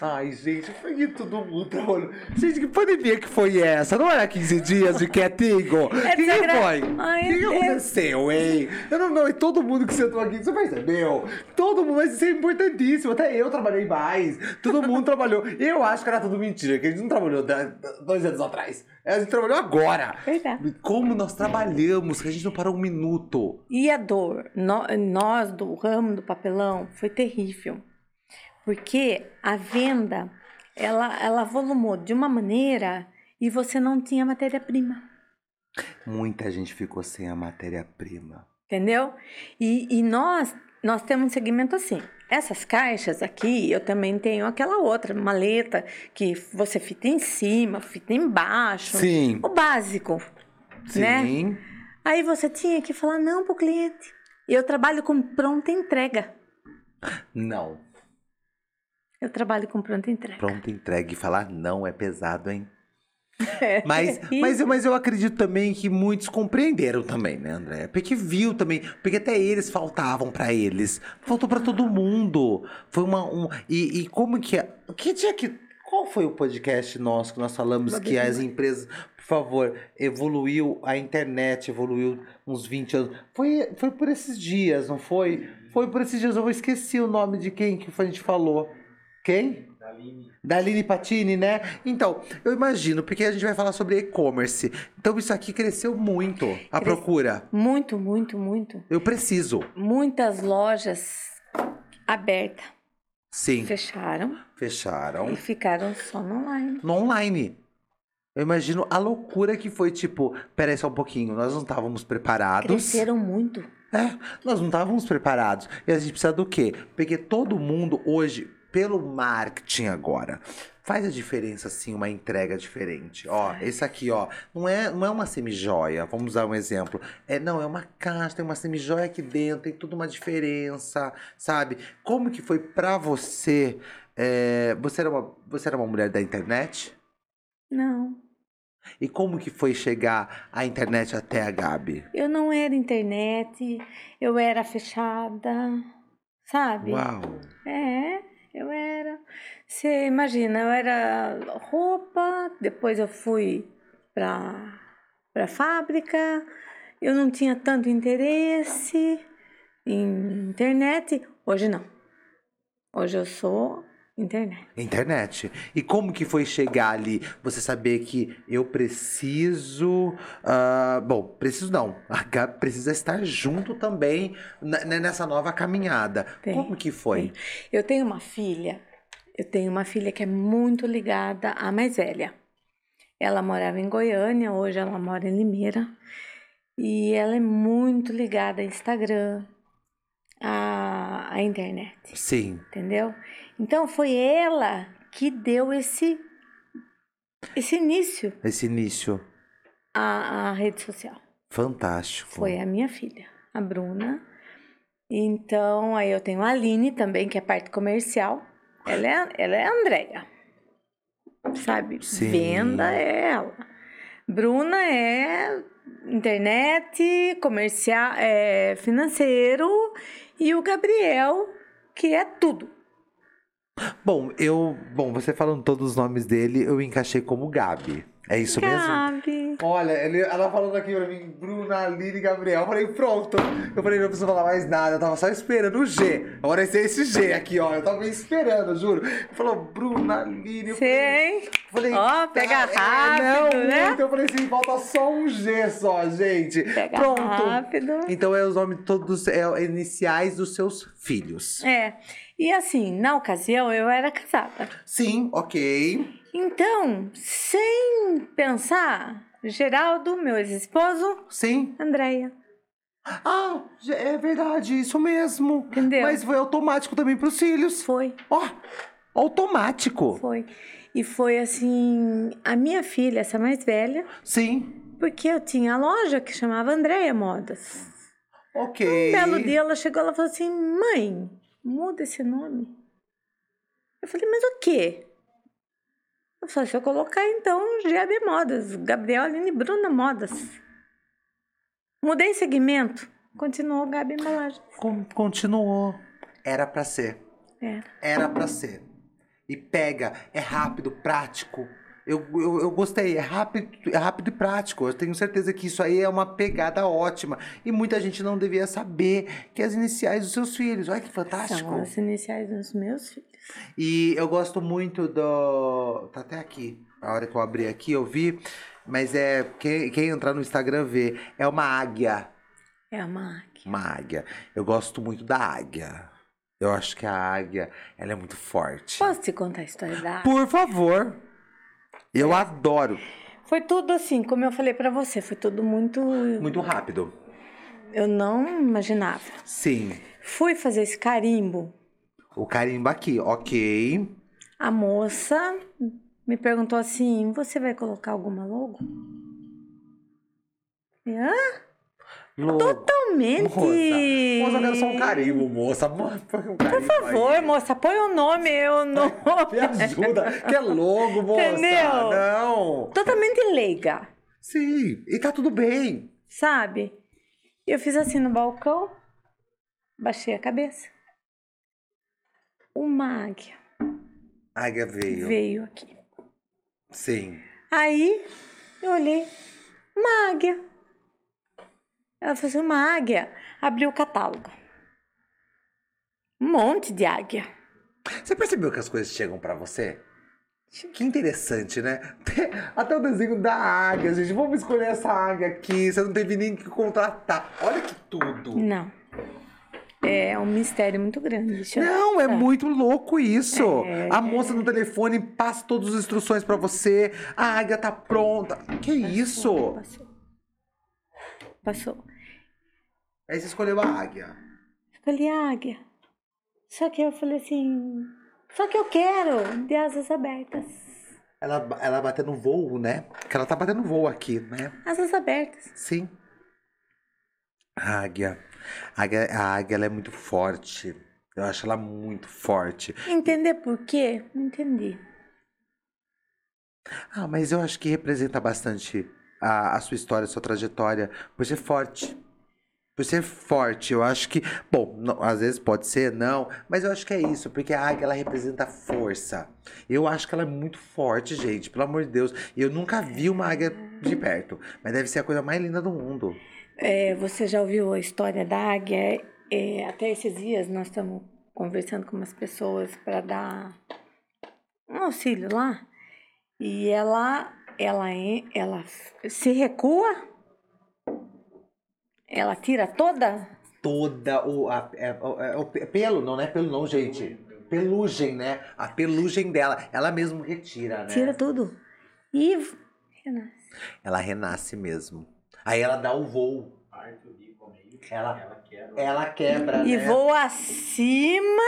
Speaker 1: Ai, gente, foi que todo mundo trabalhou. Gente, que pandemia que foi essa? Não era 15 dias de quietinho? O que, que
Speaker 2: É desagra-
Speaker 1: foi?
Speaker 2: Ai,
Speaker 1: O que, que
Speaker 2: é-
Speaker 1: aconteceu, hein? Eu não, não, e todo mundo que sentou aqui, você percebeu? Todo mundo, mas isso é importantíssimo. Até eu trabalhei mais. Todo mundo trabalhou. Eu acho que era tudo mentira, que a gente não trabalhou da- da- dois anos atrás. É, A gente trabalhou agora.
Speaker 2: Verdade.
Speaker 1: Como nós trabalhamos, que a gente não parou um minuto.
Speaker 2: E a dor, no- nós do ramo do papelão, foi terrível. Porque a venda, ela, ela volumou de uma maneira e você não tinha matéria-prima,
Speaker 1: Muita gente ficou sem a matéria-prima.
Speaker 2: entendeu? E, e nós, nós temos um segmento assim. Essas caixas aqui, eu também tenho aquela outra maleta que você fita em cima, fita embaixo.
Speaker 1: Sim.
Speaker 2: O básico, né?
Speaker 1: Sim.
Speaker 2: Aí você tinha que falar não pro cliente. Eu trabalho com pronta entrega.
Speaker 1: Não.
Speaker 2: Eu trabalho com pronta entrega.
Speaker 1: Pronto, entregue. Falar não é pesado, hein?
Speaker 2: É.
Speaker 1: Mas,
Speaker 2: E-
Speaker 1: mas, eu- mas eu acredito também que muitos compreenderam também, né, André? Porque viu também. Porque até eles faltavam pra eles. Faltou pra todo mundo. Foi uma. Um, e, e como que. é- Que dia que. Qual foi o podcast nosso que nós falamos
Speaker 2: Babi
Speaker 1: que as empresas. Por favor, evoluiu a internet, evoluiu uns 20 anos. Foi, foi por esses dias, não foi? Foi por esses dias. Eu esqueci o nome de quem que foi a gente falou. Quem? Da Aline Patini, né? Então, eu imagino, porque a gente vai falar sobre e-commerce. Então, isso aqui cresceu muito, a
Speaker 2: Cres-
Speaker 1: procura.
Speaker 2: Muito, muito, muito.
Speaker 1: Eu preciso.
Speaker 2: Muitas lojas abertas
Speaker 1: Sim.
Speaker 2: fecharam
Speaker 1: Fecharam.
Speaker 2: e ficaram só no online.
Speaker 1: No online. Eu imagino a loucura que foi, tipo, peraí só um pouquinho, nós não estávamos preparados.
Speaker 2: Cresceram muito.
Speaker 1: É, nós não estávamos preparados. E a gente precisa do quê? Porque todo mundo hoje, pelo marketing agora, faz a diferença assim, uma entrega diferente. Ó, esse aqui, ó, não é, não é uma semijoia, vamos usar um exemplo. É, não, é uma caixa, tem uma semijoia aqui dentro, tem tudo uma diferença, sabe? Como que foi pra você? é, você, era uma, você era uma mulher da internet?
Speaker 2: Não,
Speaker 1: E como que foi chegar a internet até a Gabi?
Speaker 2: eu não era internet, eu era fechada, sabe?
Speaker 1: Uau!
Speaker 2: É, eu era. Você imagina, eu era roupa, depois eu fui para para fábrica. Eu não tinha tanto interesse em internet. Hoje não. Hoje eu sou internet.
Speaker 1: Internet. E como que foi chegar ali? Você saber que eu preciso. ah, bom, preciso não. A Gabi precisa estar junto também na- né, nessa nova caminhada.
Speaker 2: Tem,
Speaker 1: Como que foi?
Speaker 2: Eu tenho uma filha, eu tenho uma filha que é muito ligada à mais velha. Ela morava em Goiânia, hoje ela mora em Limeira. E ela é muito ligada a Instagram, à, à internet,
Speaker 1: Sim.
Speaker 2: entendeu? Então foi ela que deu esse, esse início
Speaker 1: Esse início.
Speaker 2: à, à rede social.
Speaker 1: Fantástico.
Speaker 2: Foi a minha filha, a Bruna. Então, aí eu tenho a Aline também, que é parte comercial. Ela é, ela é a Andrea. Sabe?
Speaker 1: Sim.
Speaker 2: Venda é ela. Bruna é internet, comercial, é financeiro. E o Gabriel que é tudo.
Speaker 1: Bom, eu. Bom, você falando todos os nomes dele, eu encaixei como Gabi. É isso mesmo?
Speaker 2: Gabi.
Speaker 1: Olha, ele- ela falando aqui pra mim, Bruna, Aline e Gabriel. Eu falei, pronto. Eu falei, não preciso falar mais nada. Eu tava só esperando o G. Agora esse é esse G aqui, ó. Eu tava esperando, juro. Ele falou, Bruna, Aline. Eu falei,
Speaker 2: Sim.
Speaker 1: eu falei,
Speaker 2: é- Ó, pega
Speaker 1: "Ah,
Speaker 2: rápido,
Speaker 1: é, não,
Speaker 2: né?
Speaker 1: muito." Eu falei assim, falta só um G só, gente.
Speaker 2: Pega
Speaker 1: pronto.
Speaker 2: rápido.
Speaker 1: Então é os nomes todos, é, iniciais dos seus filhos.
Speaker 2: É. E assim, na ocasião eu era casada.
Speaker 1: Sim, ok.
Speaker 2: Então, sem pensar, Geraldo, meu ex-esposo,
Speaker 1: Sim.
Speaker 2: Andréia.
Speaker 1: Ah, é verdade, isso mesmo.
Speaker 2: Entendeu?
Speaker 1: Mas foi automático também pros filhos.
Speaker 2: Foi,
Speaker 1: Ó, automático.
Speaker 2: foi. E foi assim, a minha filha, essa mais velha,
Speaker 1: Sim,
Speaker 2: porque eu tinha a loja que chamava Andréia Modas.
Speaker 1: ok.
Speaker 2: Um belo dia ela chegou, ela falou assim, mãe, muda esse nome. Eu falei, mas o quê? Eu falei, se eu colocar então GB Modas, Gabriel Aline Bruna Modas. Mudei segmento, continuou Gabi Embalagem.
Speaker 1: Con- continuou. Era pra ser.
Speaker 2: É.
Speaker 1: Era pra ser. E pega, é rápido, prático. Eu, eu, eu gostei, é rápido, é rápido e prático. Eu tenho certeza que isso aí é uma pegada ótima. E muita gente não devia saber que as iniciais dos seus filhos. Olha que fantástico.
Speaker 2: São as iniciais dos meus filhos.
Speaker 1: E eu gosto muito do. Tá até aqui. A hora que eu abri aqui, eu vi. Mas é. Quem, quem entrar no Instagram vê. É uma águia.
Speaker 2: É uma águia.
Speaker 1: Uma águia. Eu gosto muito da águia. Eu acho que a águia, ela é muito forte.
Speaker 2: Posso te contar a história da águia?
Speaker 1: Por favor. Eu
Speaker 2: É.
Speaker 1: adoro.
Speaker 2: Foi tudo assim, como eu falei pra você, foi tudo muito...
Speaker 1: Muito rápido.
Speaker 2: Eu não imaginava.
Speaker 1: Sim.
Speaker 2: Fui fazer esse carimbo
Speaker 1: O carimbo aqui, ok.
Speaker 2: A moça me perguntou assim: Você vai colocar alguma logo? Eu, "Ah, "Hã?
Speaker 1: Logo.
Speaker 2: Totalmente!
Speaker 1: Moça, moça, eu quero só um carimbo, moça. Moça, põe um carimbo
Speaker 2: Por favor,
Speaker 1: aí.
Speaker 2: moça, põe o nome, eu não.
Speaker 1: Me ajuda, que é logo, moça.
Speaker 2: Entendeu?
Speaker 1: Não.
Speaker 2: Totalmente leiga,
Speaker 1: Sim, e tá tudo bem.
Speaker 2: sabe? Eu fiz assim no balcão, baixei a cabeça. Uma águia
Speaker 1: Águia veio.
Speaker 2: veio aqui.
Speaker 1: Sim.
Speaker 2: Aí eu olhei, uma águia. Ela falou assim, uma águia. Abriu o catálogo. Um monte de águia.
Speaker 1: Você percebeu que as coisas chegam pra você? Que interessante, né? Até, até o desenho da águia, gente. Vamos escolher essa águia aqui. Você não teve nem que contratar. Olha que tudo.
Speaker 2: Não. É um mistério muito grande. Deixa eu-
Speaker 1: Não, é
Speaker 2: Tá.
Speaker 1: muito louco isso.
Speaker 2: É.
Speaker 1: A moça no telefone passa todas as instruções pra você. A águia tá pronta. Que
Speaker 2: Tá
Speaker 1: isso?
Speaker 2: Passou. Passou.
Speaker 1: Aí você escolheu a águia.
Speaker 2: Escolhi a águia. Só que eu falei assim, só que eu quero de asas abertas.
Speaker 1: Ela, ela batendo voo, né? Porque ela tá batendo voo aqui, né?
Speaker 2: Asas abertas.
Speaker 1: Sim. A águia. A águia, a águia ela é muito forte. Eu acho ela muito forte.
Speaker 2: Entender por quê? Não entendi.
Speaker 1: Ah, mas eu acho que representa bastante a, a sua história, a sua trajetória, por ser forte. Por ser forte, eu acho que. Bom, não- às vezes pode ser, não, mas eu acho que é isso, porque a águia ela representa força. Eu acho que ela é muito forte, gente, pelo amor de Deus. E eu nunca vi uma águia de perto, mas deve ser a coisa mais linda do mundo.
Speaker 2: É, você já ouviu a história da águia? É, até esses dias nós estamos conversando com umas pessoas para dar um auxílio lá e ela, ela, en- ela se recua, ela tira toda,
Speaker 1: toda o, a- é- o- é- o pe- pelo, não, não é pelo não, gente. Pelugem, né? A pelugem dela. Ela mesmo retira, né?
Speaker 2: tira tudo e v- renasce.
Speaker 1: Ela renasce mesmo. Aí ela dá o voo. Ela, ela quebra,
Speaker 2: e
Speaker 1: né?
Speaker 2: voa acima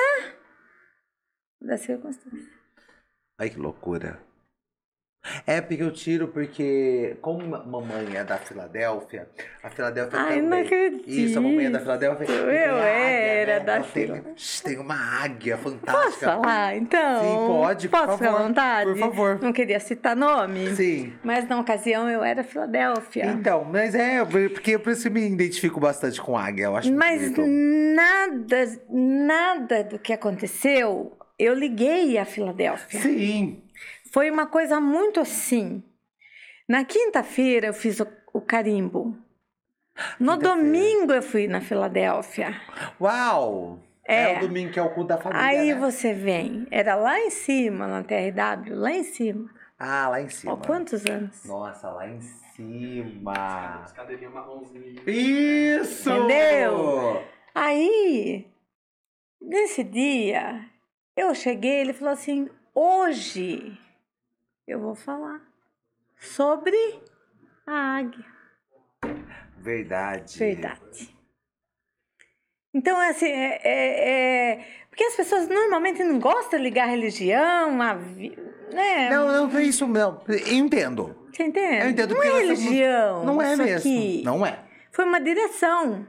Speaker 2: da circunstância.
Speaker 1: Ai, que loucura. É porque eu tiro, porque como ma- mamãe é da Filadélfia, a Filadélfia
Speaker 2: Ai,
Speaker 1: também.
Speaker 2: não acredito.
Speaker 1: Isso, a mamãe é da Filadélfia.
Speaker 2: Eu
Speaker 1: e tem a águia, né?
Speaker 2: era. águia da
Speaker 1: Ela tem,
Speaker 2: fila.
Speaker 1: tem uma águia fantástica.
Speaker 2: Posso falar, então?
Speaker 1: Sim, pode, por
Speaker 2: Posso ficar à
Speaker 1: favor,
Speaker 2: vontade?
Speaker 1: por favor.
Speaker 2: Não queria citar nome,
Speaker 1: Sim.
Speaker 2: mas na ocasião eu era Filadélfia.
Speaker 1: Então, mas é, porque por isso eu me identifico bastante com águia, eu acho muito
Speaker 2: Mas
Speaker 1: bonito.
Speaker 2: nada, nada do que aconteceu, eu liguei a Filadélfia.
Speaker 1: Sim.
Speaker 2: Foi uma coisa muito assim. Na quinta-feira eu fiz o, o carimbo. No
Speaker 1: Quinta-feira.
Speaker 2: domingo eu fui na Filadélfia.
Speaker 1: Uau!
Speaker 2: É.
Speaker 1: o domingo que é o cu da família.
Speaker 2: Aí
Speaker 1: né?
Speaker 2: você vem. Era lá em cima, na TRW, lá em cima.
Speaker 1: Ah, lá em cima.
Speaker 2: Ó, quantos anos?
Speaker 1: Nossa, lá em cima.
Speaker 3: As cadeirinhas marronzinhas.
Speaker 1: Isso!
Speaker 2: Entendeu? Aí, nesse dia, eu cheguei, ele falou assim: hoje eu vou falar sobre a águia.
Speaker 1: Verdade.
Speaker 2: Verdade. Então, assim, é, é- é- Porque as pessoas normalmente não gostam de ligar a religião, a vi- né?
Speaker 1: Não, não, não é isso não. Entendo.
Speaker 2: Você entende?
Speaker 1: Eu entendo
Speaker 2: não
Speaker 1: porque
Speaker 2: é
Speaker 1: nós somos-
Speaker 2: religião.
Speaker 1: Não é
Speaker 2: isso
Speaker 1: mesmo.
Speaker 2: aqui.
Speaker 1: Não é.
Speaker 2: Foi uma direção.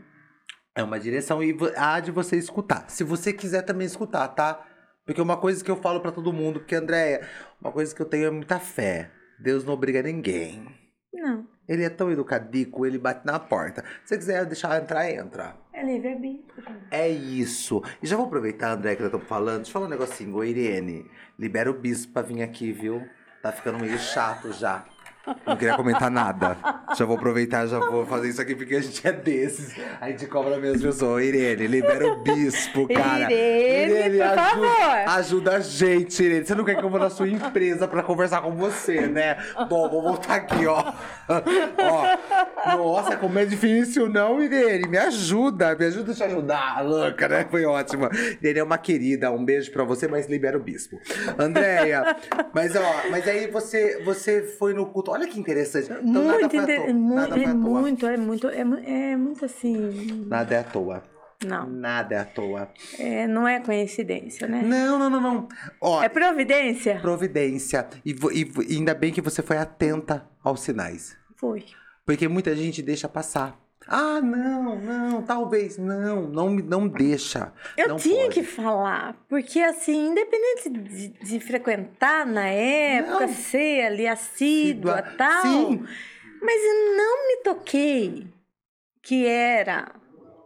Speaker 1: É uma direção e vo- há de você escutar. Se você quiser também escutar, tá? Porque uma coisa que eu falo pra todo mundo, porque, Andréia, uma coisa que eu tenho é muita fé. Deus não obriga ninguém.
Speaker 2: Não.
Speaker 1: Ele é tão educadico, ele bate na porta. Se você quiser deixar entrar, entra.
Speaker 2: É livre-arbítrio.
Speaker 1: É isso. E já vou aproveitar, André, que nós estamos falando. Deixa eu falar um negocinho. Ô, Irene, libera o bispo pra vir aqui, viu? Tá ficando meio chato já. Não queria comentar nada. Já vou aproveitar, já vou fazer isso aqui, porque a gente é desses. A gente cobra mesmo pessoas. Ô, Irene, libera o bispo, cara.
Speaker 2: Irene, por
Speaker 1: aju-
Speaker 2: favor.
Speaker 1: Ajuda a gente, Irene. Você não quer que eu vou na sua empresa pra conversar com você, né? Bom, vou voltar aqui, ó. ó. Nossa, como é difícil, não, Irene. Me ajuda, me ajuda a te ajudar, louca, né? Foi ótima. Irene é uma querida, um beijo pra você, mas libera o bispo. Andréia, mas ó, mas aí você, você foi no culto. Olha que interessante. Então, nada
Speaker 2: muito
Speaker 1: foi à
Speaker 2: inter...
Speaker 1: toa.
Speaker 2: mu-
Speaker 1: Nada foi
Speaker 2: é
Speaker 1: à toa.
Speaker 2: muito, é muito, é, mu- é muito assim.
Speaker 1: Nada é à toa.
Speaker 2: Não.
Speaker 1: Nada é à toa.
Speaker 2: É, não é coincidência, né?
Speaker 1: Não, não, não, não. Ó,
Speaker 2: É providência?
Speaker 1: providência. E, vo- e vo- e ainda bem que você foi atenta aos sinais.
Speaker 2: Foi.
Speaker 1: Porque muita gente deixa passar. Ah, não, não, talvez, não, não, me- não deixa.
Speaker 2: Eu
Speaker 1: não
Speaker 2: tinha
Speaker 1: pode.
Speaker 2: que falar, porque assim, independente de, de frequentar na época,
Speaker 1: Não.
Speaker 2: ser ali assídua
Speaker 1: Assídua,
Speaker 2: tal,
Speaker 1: sim.
Speaker 2: mas eu não me toquei que era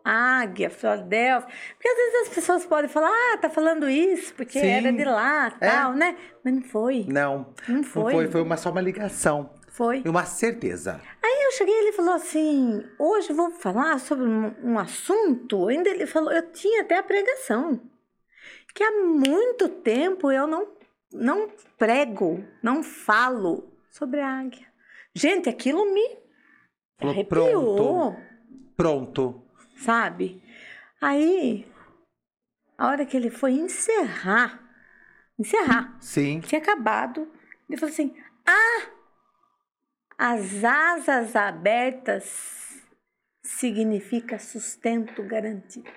Speaker 2: águia, Filadélfia, porque às vezes as pessoas podem falar, ah, tá falando isso, porque
Speaker 1: Sim.
Speaker 2: era de lá,
Speaker 1: É.
Speaker 2: tal, né? Mas não foi,
Speaker 1: Não,
Speaker 2: não
Speaker 1: não
Speaker 2: foi,
Speaker 1: foi, foi uma, só uma ligação.
Speaker 2: foi.
Speaker 1: E uma certeza.
Speaker 2: Aí eu cheguei e ele falou assim, hoje eu vou falar sobre um, um assunto, ainda ele falou, eu tinha até a pregação, que há muito tempo eu não, não prego, não falo sobre a águia. Gente, aquilo me
Speaker 1: Falou,
Speaker 2: arrepiou,
Speaker 1: pronto, pronto.
Speaker 2: sabe? Aí, a hora que ele foi encerrar, encerrar,
Speaker 1: Sim.
Speaker 2: tinha acabado. Ele falou assim: Ah! As asas abertas significa sustento garantido.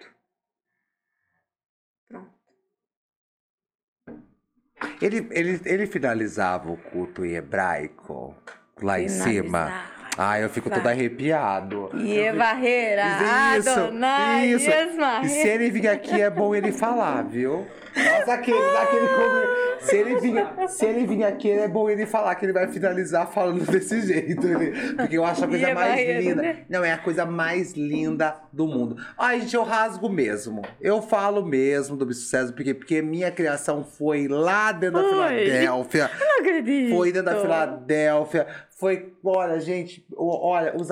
Speaker 2: Pronto.
Speaker 1: Ele, ele, ele finalizava o culto em hebraico lá em cima.
Speaker 2: Finalizar.
Speaker 1: Ah, eu fico todo
Speaker 2: Vai.
Speaker 1: arrepiado.
Speaker 2: E
Speaker 1: Eu
Speaker 2: é barreira,
Speaker 1: Isso,
Speaker 2: Adonai,
Speaker 1: isso. E se
Speaker 2: Esmarreira.
Speaker 1: ele vir aqui, é bom ele falar, viu? Nossa, aquele, aquele come- se ele vir, se ele vir aqui, é bom ele falar que ele vai finalizar falando desse jeito, ele- porque eu acho a coisa
Speaker 2: E é
Speaker 1: mais
Speaker 2: baiano,
Speaker 1: linda.
Speaker 2: né?
Speaker 1: Não é a coisa mais linda do mundo. Ai, gente, eu rasgo mesmo. Eu falo mesmo do Bispo César, porque porque minha criação foi lá dentro da
Speaker 2: Foi.
Speaker 1: Filadélfia.
Speaker 2: Eu não acredito.
Speaker 1: Foi dentro da Filadélfia, foi, olha, gente, o- olha, os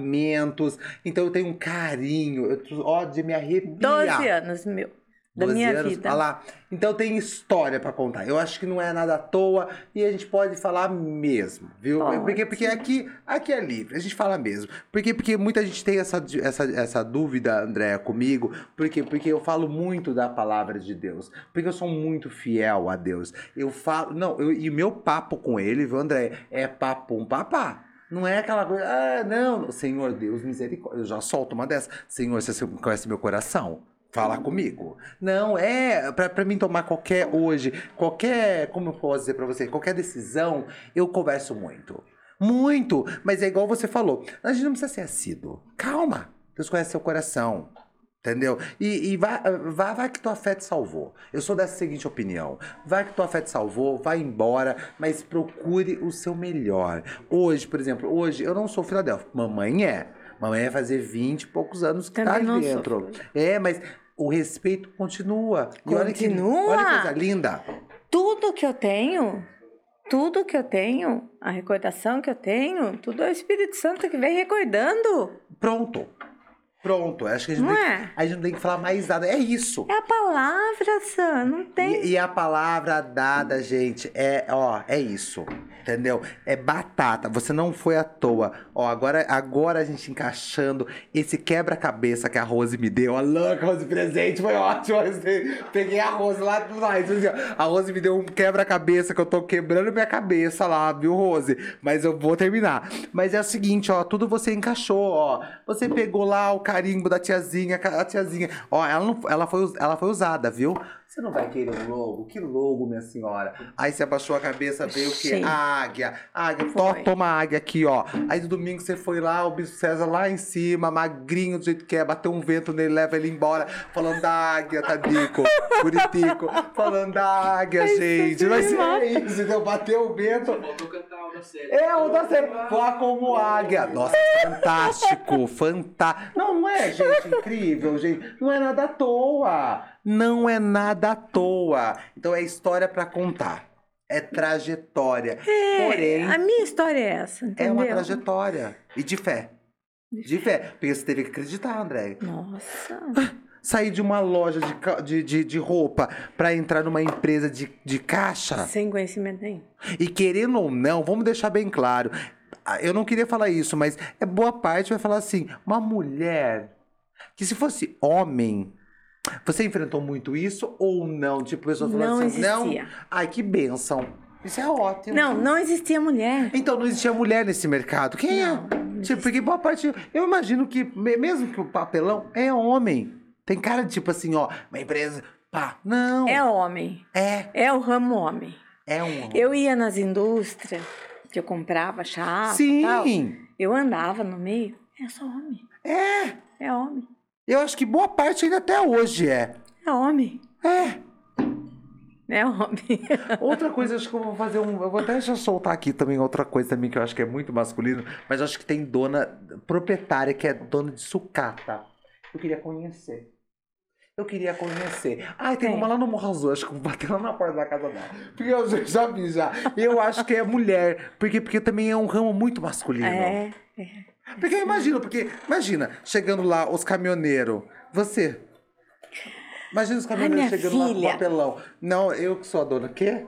Speaker 1: acampamentos. Então eu tenho um carinho, eu tô- ó, de me arrepiar.
Speaker 2: 12 anos, meu. Da
Speaker 1: 12
Speaker 2: minha
Speaker 1: anos,
Speaker 2: vida.
Speaker 1: olha lá. Então tem história pra contar. Eu acho que não é nada à toa e a gente pode falar mesmo, viu?
Speaker 2: Pode.
Speaker 1: Porque, porque aqui, aqui é livre, a gente fala mesmo. Porque, porque muita gente tem essa, di- essa, essa dúvida, Andréa, comigo. Porque, porque eu falo muito da palavra de Deus. Porque eu sou muito fiel a Deus. Eu falo. Não, eu, e o meu papo com ele, viu, André? É papo um papá. Não é aquela coisa, ah, não, Senhor Deus, misericórdia. Eu já solto uma dessa. Senhor, você conhece meu coração? Fala comigo. Não, é. Pra, pra mim tomar qualquer hoje, qualquer. Como eu posso dizer pra você? Qualquer decisão, eu converso muito. Muito! Mas é igual você falou. A gente não precisa ser assíduo. Calma. Deus conhece seu coração. Entendeu? E, e vai, vai, vai que tua fé te salvou. Eu sou dessa seguinte opinião. Vai que tua fé te salvou, vai embora, mas procure o seu melhor. Hoje, por exemplo, hoje eu não sou Filadélfia. Mamãe é. Mamãe vai fazer 20 e poucos anos que
Speaker 2: Também
Speaker 1: tá
Speaker 2: não
Speaker 1: ali
Speaker 2: sou
Speaker 1: dentro. É, mas o respeito continua. E olha que-
Speaker 2: Continua?
Speaker 1: olha que coisa linda.
Speaker 2: Tudo que eu tenho, tudo que eu tenho, a recordação que eu tenho, tudo é o Espírito Santo que vem recordando,
Speaker 1: Pronto. Pronto. Acho que a gente,
Speaker 2: não
Speaker 1: tem,
Speaker 2: é?
Speaker 1: a gente não tem que falar mais nada. É isso.
Speaker 2: É a palavra, Sam, não tem.
Speaker 1: E, e a palavra dada, gente, é, ó, é isso. Entendeu? É batata. Você não foi à toa. Ó, agora, agora a gente encaixando esse quebra-cabeça que a Rose me deu. A louca, Rose presente, foi ótimo. assim. Peguei a Rose lá atrás. assim, ó. A Rose me deu um quebra-cabeça que eu tô quebrando minha cabeça lá, viu, Rose? Mas eu vou terminar. Mas é o seguinte, ó, tudo você encaixou, ó. Você pegou lá o carimbo da tiazinha, a tiazinha. Ó, ela, não, ela, foi, us- ela foi usada, viu? Você não vai querer um logo? Que logo, minha senhora? Aí você abaixou a cabeça, veio o quê?
Speaker 2: Sim.
Speaker 1: A águia. Águia, to,
Speaker 2: Foi.
Speaker 1: toma a águia aqui, ó. Aí no domingo você foi lá, o Bispo César lá em cima, magrinho do jeito que é, bateu um vento nele, leva ele embora, falando da águia, Tadico, Curitico, falando da águia,
Speaker 2: Ai,
Speaker 1: gente.
Speaker 2: isso
Speaker 1: Mas
Speaker 2: me mata.
Speaker 1: é isso, então bateu o vento.
Speaker 3: Faltou cantar o da série.
Speaker 1: É, o da série. Voar como águia. Nossa, fantástico, fantástico. Não, não é, gente, incrível, gente. Não é nada à toa. Não é nada à toa. Então é história pra contar. É trajetória.
Speaker 2: É,
Speaker 1: Porém,
Speaker 2: a minha história é essa, entendeu?
Speaker 1: é uma trajetória. E de fé. De fé. Porque você teve que acreditar, André.
Speaker 2: Nossa.
Speaker 1: Sair de uma loja de, ca- de, de, de roupa pra entrar numa empresa de, de caixa.
Speaker 2: Sem conhecimento nenhum.
Speaker 1: E querendo ou não, vamos deixar bem claro. ah, Eu não queria falar isso, mas é boa parte vai falar assim: uma mulher que se fosse homem, você enfrentou muito isso ou não? Tipo, pessoas falando
Speaker 2: Não
Speaker 1: assim, não.
Speaker 2: existia.
Speaker 1: Ai, que benção. Isso é ótimo.
Speaker 2: Não, não existia mulher.
Speaker 1: Então não existia mulher nesse mercado. Quem
Speaker 2: Não,
Speaker 1: é?
Speaker 2: não
Speaker 1: Tipo, porque boa parte. Eu imagino que, me- mesmo que o papelão é homem. Tem cara de tipo assim, ó, uma empresa. Pá, não.
Speaker 2: É homem.
Speaker 1: É,
Speaker 2: É o ramo homem.
Speaker 1: é um homem.
Speaker 2: Eu ia nas indústrias, que eu comprava chapa e tal.
Speaker 1: Sim,
Speaker 2: Eu andava no meio. É só homem.
Speaker 1: é.
Speaker 2: É homem.
Speaker 1: Eu acho que boa parte ainda até hoje é.
Speaker 2: É homem.
Speaker 1: É.
Speaker 2: É homem.
Speaker 1: Outra coisa, acho que eu vou fazer um. Eu vou até já soltar aqui também outra coisa também que eu acho que é muito masculino, mas eu acho que tem dona proprietária que é dona de sucata. Eu queria conhecer. Eu queria conhecer. Ai, tem
Speaker 2: Tem.
Speaker 1: uma lá no Morro Azul, acho que eu vou bater lá na porta da casa dela. Porque eu já- já vi já. Eu acho que é mulher. Porque, porque também é um ramo muito masculino.
Speaker 2: É.
Speaker 1: Porque eu imagino, porque imagina, chegando lá, os caminhoneiros. Você. Imagina os caminhoneiros
Speaker 2: minha
Speaker 1: chegando lá com
Speaker 2: filha.
Speaker 1: papelão. Não, eu que sou a dona. Quê?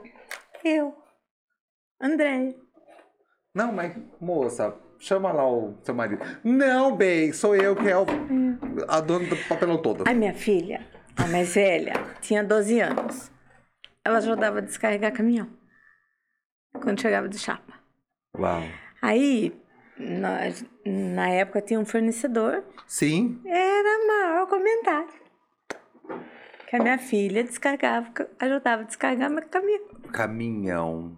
Speaker 2: Eu. André.
Speaker 1: Não, mas, moça, chama lá o seu marido. Não, bem, sou eu que é o, a dona do papelão todo.
Speaker 2: A minha filha, a mais velha, tinha 12 anos. Ela ajudava a descarregar caminhão. Quando chegava de chapa.
Speaker 1: Uau.
Speaker 2: Aí, na, na época tinha um fornecedor,
Speaker 1: Sim.
Speaker 2: era maior comentário. Que a minha filha descarregava, ajudava a descarregar meu caminhão.
Speaker 1: Caminhão.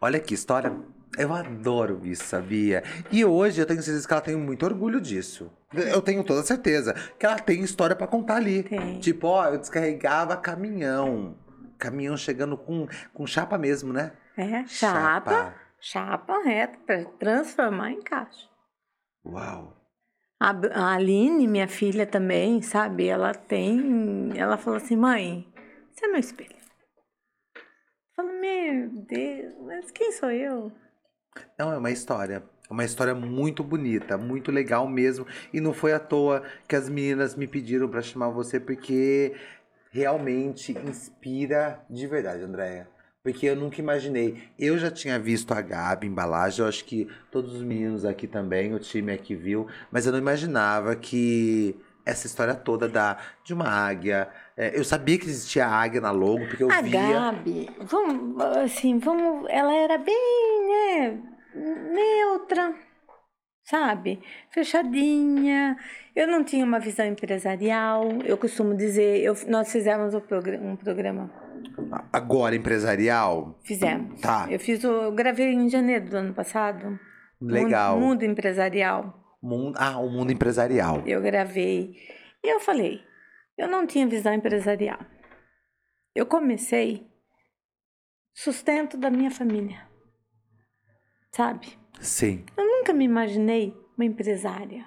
Speaker 1: Olha que história. Eu adoro isso, sabia? E hoje eu tenho certeza que ela tem muito orgulho disso. Eu tenho toda certeza que ela tem história pra contar ali.
Speaker 2: Tem.
Speaker 1: Tipo, ó, eu descarregava caminhão. Caminhão chegando com, com chapa mesmo, né?
Speaker 2: É, chapa, chapa reta, para transformar em caixa.
Speaker 1: Uau.
Speaker 2: A, B- a Aline, minha filha também, sabe? Ela tem. Ela falou assim: mãe, você é meu espelho. Eu falo, meu Deus, mas quem sou eu?
Speaker 1: Não, é uma história. É uma história muito bonita, muito legal mesmo. E não foi à toa que as meninas me pediram pra chamar você, porque realmente inspira de verdade, Andréia. Porque eu nunca imaginei. Eu já tinha visto a Gabi embalagem, eu acho que todos os meninos aqui também, o time aqui viu, mas eu não imaginava que essa história toda da, de uma águia. é, eu sabia que existia águia na logo, porque eu
Speaker 2: a
Speaker 1: via.
Speaker 2: Gabi, vamos, assim, vamos. Ela era bem, né? Neutra, sabe? Fechadinha. Eu não tinha uma visão empresarial. Eu costumo dizer: eu, nós fizemos o progra- um programa.
Speaker 1: Agora, empresarial.
Speaker 2: Fizemos.
Speaker 1: Tá,
Speaker 2: Eu fiz o. Eu gravei em janeiro do ano passado.
Speaker 1: legal.
Speaker 2: Mundo, mundo empresarial.
Speaker 1: Mundo, ah, o mundo empresarial.
Speaker 2: Eu gravei. E eu falei, eu não tinha visão empresarial. Eu comecei sustento da minha família. Sabe?
Speaker 1: Sim.
Speaker 2: Eu nunca me imaginei uma empresária.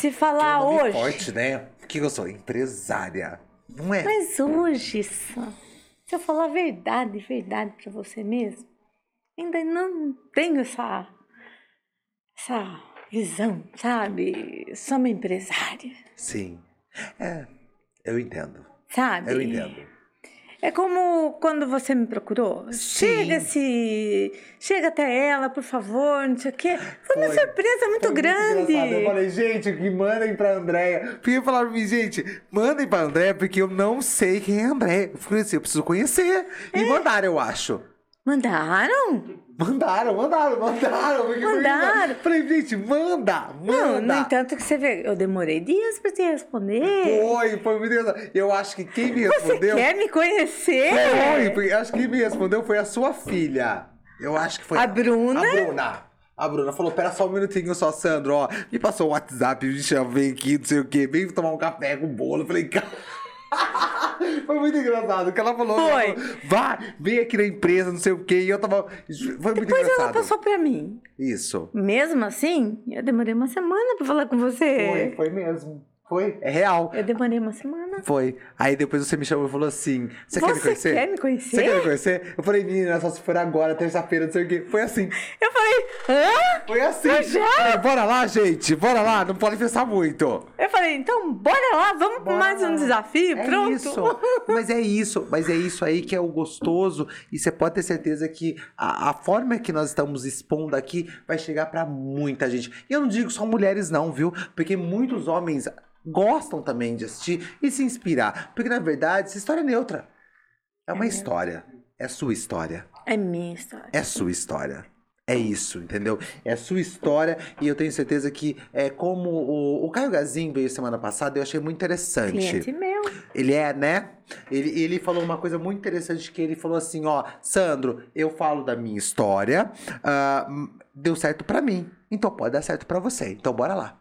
Speaker 2: Se falar
Speaker 1: Um nome
Speaker 2: Ah, hoje.
Speaker 1: forte, né? O que eu sou? Empresária. Não é?
Speaker 2: Mas hoje, Sam, se eu falar a verdade, verdade pra você mesmo, ainda não tenho essa, essa visão, sabe? Sou uma empresária,
Speaker 1: Sim. É, eu entendo.
Speaker 2: sabe?
Speaker 1: Eu entendo.
Speaker 2: É como quando você me procurou.
Speaker 1: Sim.
Speaker 2: Chega-se. Chega até ela, por favor, não sei o quê. Foi uma
Speaker 1: Foi.
Speaker 2: surpresa muito
Speaker 1: Foi
Speaker 2: grande.
Speaker 1: engraçado. Eu falei, gente, que mandem pra Andréia. Porque falaram pra mim, gente, mandem pra Andréia, porque eu não sei quem é a Andréia. Eu falei assim, eu preciso conhecer.
Speaker 2: É.
Speaker 1: E mandaram, eu acho.
Speaker 2: Mandaram?
Speaker 1: Mandaram, mandaram, mandaram. porque foi
Speaker 2: Mandaram.
Speaker 1: isso. Falei, gente, manda, manda.
Speaker 2: Não, no entanto, que você vê, eu demorei dias pra te responder.
Speaker 1: Foi, foi muito engraçado. Eu acho que quem me
Speaker 2: Você
Speaker 1: respondeu...
Speaker 2: quer me conhecer?
Speaker 1: Foi, porque acho que quem me respondeu foi a sua filha. Eu acho que foi
Speaker 2: A Bruna?
Speaker 1: A Bruna. A Bruna falou: pera só um minutinho só, Sandro, ó. Me passou o WhatsApp, me chamei aqui, não sei o quê. Vem tomar um café com bolo. Eu falei, cara. Foi muito engraçado. que ela falou,
Speaker 2: Foi.
Speaker 1: ela falou, vai, vem aqui na empresa, não sei o quê. E eu tava. Foi muito
Speaker 2: Depois
Speaker 1: engraçado.
Speaker 2: ela passou pra mim.
Speaker 1: Isso.
Speaker 2: Mesmo assim, eu demorei uma semana pra falar com você.
Speaker 1: Foi, foi mesmo. Foi. É real.
Speaker 2: Eu demorei uma semana.
Speaker 1: Foi. Aí depois você me chamou e falou assim: Você quer me conhecer?
Speaker 2: quer me conhecer?
Speaker 1: Você quer me conhecer? Eu falei, menina, só se for agora, terça-feira, não sei o quê. Foi assim.
Speaker 2: Eu falei, hã?
Speaker 1: Foi assim.
Speaker 2: Mas já?
Speaker 1: Falei, bora lá, gente. Bora lá. Não pode pensar muito.
Speaker 2: Eu falei, então bora lá, vamos pra
Speaker 1: Bora
Speaker 2: mais
Speaker 1: lá.
Speaker 2: um desafio,
Speaker 1: É
Speaker 2: pronto.
Speaker 1: isso. Mas é isso. Mas é isso aí que é o gostoso. E você pode ter certeza que a, a forma que nós estamos expondo aqui vai chegar pra muita gente. E eu não digo só mulheres, não, viu? Porque muitos homens gostam também de assistir e se inspirar. Porque, na verdade, essa história é neutra. É uma história. É sua história
Speaker 2: É minha história.
Speaker 1: é sua história. É isso, entendeu? É sua história e eu tenho certeza que é como o, o Caio Gazin veio semana passada, eu achei muito interessante.
Speaker 2: Cliente meu.
Speaker 1: Ele é, né? Ele, ele falou uma coisa muito interessante que ele falou assim, ó, Sandro, eu falo da minha história, ah, hum, deu certo pra mim, então pode dar certo pra você. Então bora lá.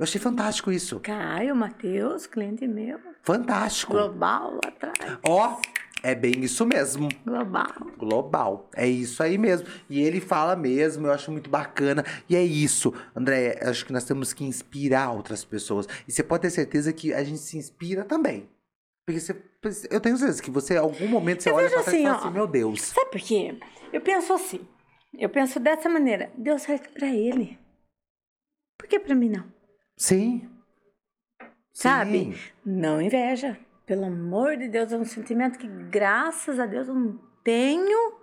Speaker 1: Eu achei fantástico isso.
Speaker 2: Caio, Matheus, cliente meu.
Speaker 1: Fantástico.
Speaker 2: Global lá atrás.
Speaker 1: Ó, é bem isso mesmo.
Speaker 2: Global.
Speaker 1: global. É isso aí mesmo. E ele fala mesmo, eu acho muito bacana. E é isso, André, acho que nós temos que inspirar outras pessoas. E você pode ter certeza que a gente se inspira também. Porque você, eu tenho certeza que você, em algum momento, você
Speaker 2: Eu
Speaker 1: olha
Speaker 2: vejo
Speaker 1: pra trás e
Speaker 2: assim,
Speaker 1: fala
Speaker 2: ó.
Speaker 1: assim, meu Deus.
Speaker 2: Sabe por quê? Eu penso assim. Eu penso dessa maneira. Deu certo pra ele. Por que pra mim não?
Speaker 1: Sim.
Speaker 2: Sabe?
Speaker 1: Sim.
Speaker 2: Não inveja. Pelo amor de Deus, é um sentimento que, graças a Deus, eu não tenho,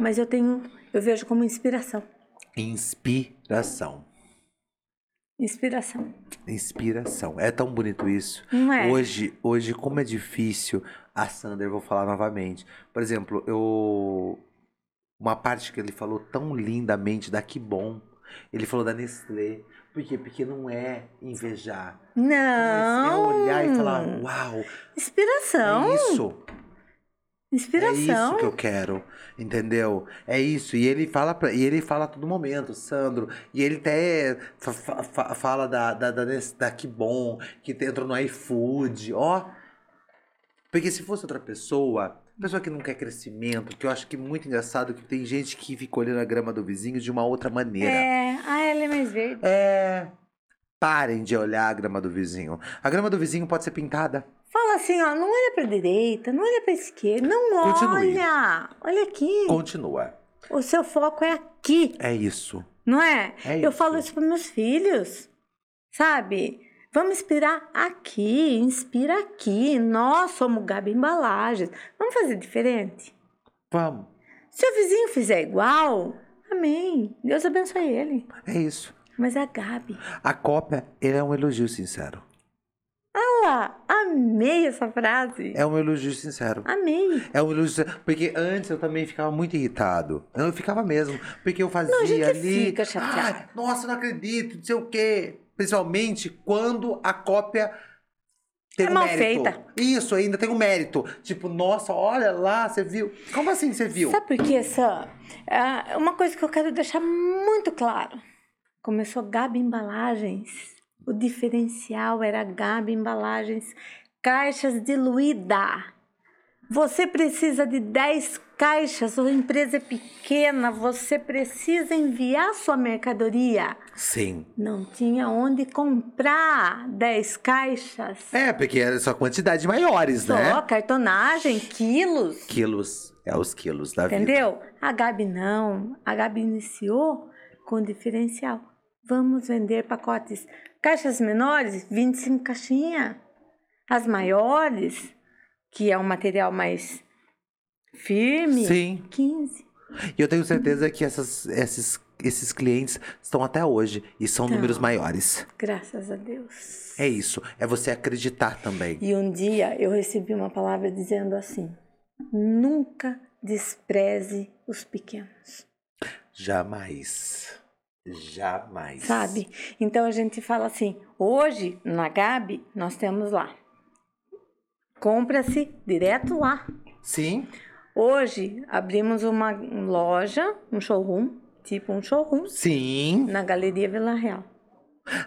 Speaker 2: mas eu tenho, eu vejo como inspiração.
Speaker 1: Inspiração.
Speaker 2: Inspiração.
Speaker 1: Inspiração. É tão bonito isso.
Speaker 2: Não é?
Speaker 1: Hoje, hoje, como é difícil, a Sander, vou falar novamente. Por exemplo, eu. Uma parte que ele falou tão lindamente da Que Bom. Ele falou da Nestlé. Por quê? Porque não é invejar. Mas é
Speaker 2: não.
Speaker 1: olhar e falar, uau,
Speaker 2: Inspiração.
Speaker 1: é isso. É
Speaker 2: Inspiração.
Speaker 1: isso que eu quero, entendeu? É isso. E ele fala pra, e ele fala a todo momento, Sandro. E ele até fa- fa- fa- fala da, da, da, Nes- da que bom, que te- entrou no iFood, ó. Porque se fosse outra pessoa, pessoa que não quer crescimento, que eu acho que é muito engraçado que tem gente que fica olhando a grama do vizinho de uma outra maneira.
Speaker 2: É. Ah, ela é mais verde.
Speaker 1: É. Parem de olhar a grama do vizinho. A grama do vizinho pode ser pintada.
Speaker 2: Fala assim, ó, não olha pra direita, não olha pra esquerda, não
Speaker 1: Continue.
Speaker 2: olha. Olha aqui.
Speaker 1: Continua.
Speaker 2: O seu foco é aqui,
Speaker 1: É isso.
Speaker 2: não é?
Speaker 1: É
Speaker 2: Eu
Speaker 1: isso.
Speaker 2: falo isso para meus filhos, sabe? Vamos inspirar aqui, inspira aqui. Nós somos Gabi Embalagens. Vamos fazer diferente?
Speaker 1: Vamos.
Speaker 2: Se o vizinho fizer igual, amém. Deus abençoe ele.
Speaker 1: É isso.
Speaker 2: Mas a Gabi,
Speaker 1: A cópia, ele é um elogio sincero.
Speaker 2: ela, amei essa frase.
Speaker 1: É um elogio sincero.
Speaker 2: Amei.
Speaker 1: É um elogio sincero. Porque antes eu também ficava muito irritado. Eu ficava mesmo. Porque eu fazia
Speaker 2: a gente
Speaker 1: ali.
Speaker 2: fica chateado.
Speaker 1: "Ai, nossa, não acredito, não sei o quê. Principalmente quando a cópia. Tem
Speaker 2: É
Speaker 1: um
Speaker 2: mal
Speaker 1: mérito.
Speaker 2: feita.
Speaker 1: Isso, ainda tem um mérito. Tipo, nossa, olha lá, você viu. Como assim você viu?
Speaker 2: Sabe por quê, Sam? É uma coisa que eu quero deixar muito claro. Começou Gabi Embalagens. O diferencial era Gabi Embalagens, caixas diluída. Você precisa de 10 caixas, sua empresa é pequena, você precisa enviar sua mercadoria.
Speaker 1: Sim.
Speaker 2: Não tinha onde comprar 10 caixas.
Speaker 1: É, porque era só quantidade maiores,
Speaker 2: Só
Speaker 1: né?
Speaker 2: cartonagem, quilos.
Speaker 1: Quilos. É os quilos da vida.
Speaker 2: Entendeu? A Gabi não. A Gabi iniciou com diferencial. Vamos vender pacotes. Caixas menores, 25 caixinha. As maiores, que é um material mais firme,
Speaker 1: Sim.
Speaker 2: 15.
Speaker 1: E eu tenho certeza que essas- esses, esses clientes estão até hoje e são
Speaker 2: Tá.
Speaker 1: números maiores.
Speaker 2: Graças a Deus.
Speaker 1: É isso. É você acreditar também.
Speaker 2: E um dia eu recebi uma palavra dizendo assim: nunca despreze os pequenos.
Speaker 1: Jamais. Jamais.
Speaker 2: Sabe? Então a gente fala assim: hoje na Gabi nós temos lá. Compra-se direto lá.
Speaker 1: Sim.
Speaker 2: Hoje abrimos uma loja, um showroom, tipo um showroom,
Speaker 1: Sim.
Speaker 2: na Galeria Vila Real.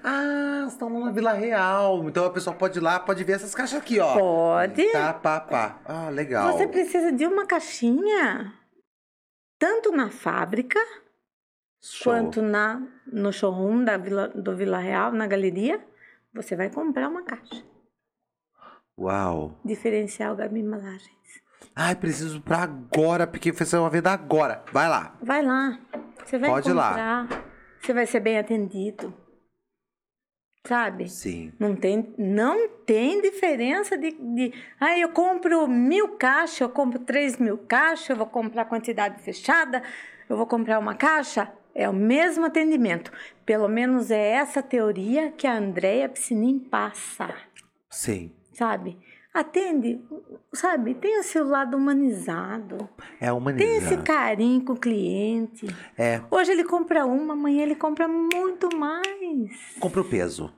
Speaker 1: Ah, estão lá na Vila Real. Então a pessoa pode ir lá, pode ver essas caixas aqui, ó.
Speaker 2: Pode?
Speaker 1: Tá, pá, pá. Ah, legal.
Speaker 2: Você precisa de uma caixinha, tanto na fábrica
Speaker 1: Show.
Speaker 2: quanto na, no showroom da Vila, do Vila Real, na galeria. Você vai comprar uma caixa.
Speaker 1: Uau.
Speaker 2: Diferencial Gabi Embalagens.
Speaker 1: Ai, preciso pra agora, porque fez uma venda agora. Vai lá.
Speaker 2: Vai lá. Você vai
Speaker 1: Pode ir lá.
Speaker 2: comprar. Você vai ser bem atendido. Sabe?
Speaker 1: Sim.
Speaker 2: Não tem, não tem diferença de, de. Ah, eu compro mil caixas, eu compro três mil caixas, eu vou comprar quantidade fechada, eu vou comprar uma caixa. É o mesmo atendimento. Pelo menos é essa teoria que a Andréia Piscinin passa.
Speaker 1: Sim.
Speaker 2: Sabe? Atende, sabe? Tem o seu lado humanizado.
Speaker 1: É humanizar.
Speaker 2: Tem esse carinho com o cliente.
Speaker 1: É,
Speaker 2: Hoje ele compra uma, amanhã ele compra muito mais.
Speaker 1: compra o peso.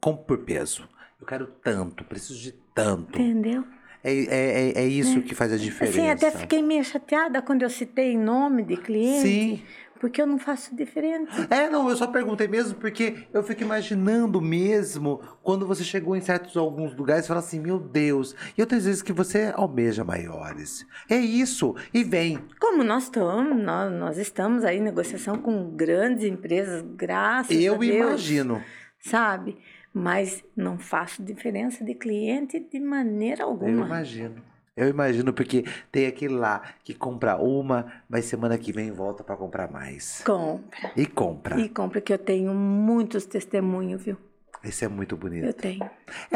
Speaker 1: Compra por peso. Eu quero tanto, preciso de tanto.
Speaker 2: Entendeu?
Speaker 1: É, é, é, é isso que faz a diferença.
Speaker 2: Assim, até fiquei meio chateada quando eu citei nome de cliente.
Speaker 1: Sim.
Speaker 2: Porque eu não faço diferente.
Speaker 1: É, não, eu só perguntei mesmo porque eu fico imaginando mesmo quando você chegou em certos alguns lugares e fala assim, meu Deus, e outras vezes que você almeja maiores. É isso, e vem.
Speaker 2: Como nós estamos, nós, nós estamos aí em negociação com grandes empresas, graças a
Speaker 1: eu
Speaker 2: é Deus.
Speaker 1: imagino.
Speaker 2: Sabe? Mas não faço diferença de cliente de maneira
Speaker 1: Eu
Speaker 2: alguma.
Speaker 1: imagino. Eu imagino, porque tem aquele lá que compra uma, mas semana que vem volta pra comprar mais.
Speaker 2: Compra.
Speaker 1: E compra.
Speaker 2: E compra, que eu tenho muitos testemunhos, viu?
Speaker 1: Isso é muito
Speaker 2: Eu
Speaker 1: bonito.
Speaker 2: tenho.
Speaker 1: É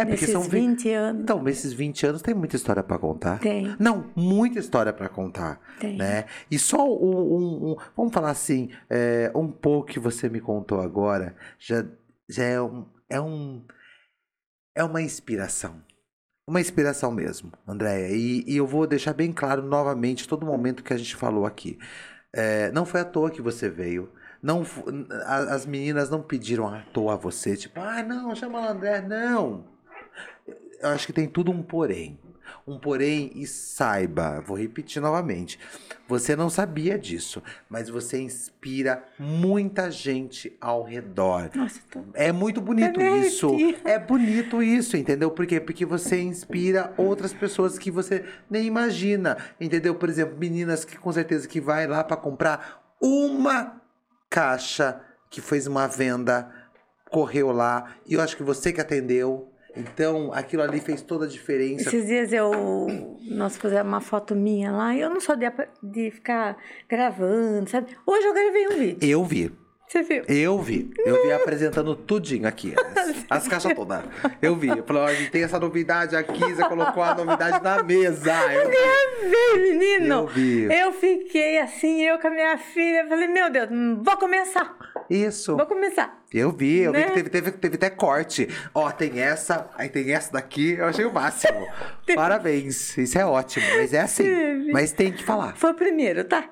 Speaker 1: porque
Speaker 2: Nesses
Speaker 1: são 20...
Speaker 2: 20 anos.
Speaker 1: Então, nesses 20 anos tem muita história pra contar.
Speaker 2: Tem,
Speaker 1: Não, muita história pra contar.
Speaker 2: tem.
Speaker 1: né? E só um, um- um- vamos falar assim, é, um pouco que você me contou agora já, já é um, é um é uma inspiração. Uma inspiração mesmo, Andréia. E, e eu vou deixar bem claro novamente todo momento que a gente falou aqui. É, não foi à toa que você veio. Não, fo- n- a- as meninas não pediram à toa a você, tipo, ah, não, chama lá, André. Não. Eu acho que tem tudo um porém. Um porém, e saiba, vou repetir novamente. Você não sabia disso, mas você inspira muita gente ao redor.
Speaker 2: Nossa, tô...
Speaker 1: É muito bonito
Speaker 2: Tá
Speaker 1: isso.
Speaker 2: nervosa.
Speaker 1: É bonito isso, entendeu? Por quê? Porque você inspira outras pessoas que você nem imagina, entendeu? Por exemplo, meninas que com certeza que vai lá pra comprar uma caixa que fez uma venda, correu lá, e eu acho que você que atendeu. Então, aquilo ali fez toda a diferença.
Speaker 2: Esses dias eu. Nós fizemos uma foto minha lá. Eu não sou de, apa- de ficar gravando, sabe? Hoje eu gravei um vídeo.
Speaker 1: Eu vi,
Speaker 2: Você viu?
Speaker 1: eu vi. Eu vi apresentando tudinho aqui. As, as caixas todas. Eu vi. Eu falei, ó, gente, tem essa novidade aqui, você colocou a novidade na mesa. Eu vi.
Speaker 2: Vê, menino!
Speaker 1: Eu vi.
Speaker 2: Eu fiquei assim, eu com a minha filha. eu Falei, meu Deus, hum, vou começar.
Speaker 1: Isso.
Speaker 2: Vou começar.
Speaker 1: Eu vi, eu vi
Speaker 2: Né?
Speaker 1: que teve, teve, teve até corte. Ó, tem essa, aí tem essa daqui, eu achei o máximo. Parabéns, isso é ótimo, mas é assim.
Speaker 2: Teve.
Speaker 1: Mas tem que falar.
Speaker 2: Foi o primeiro, tá?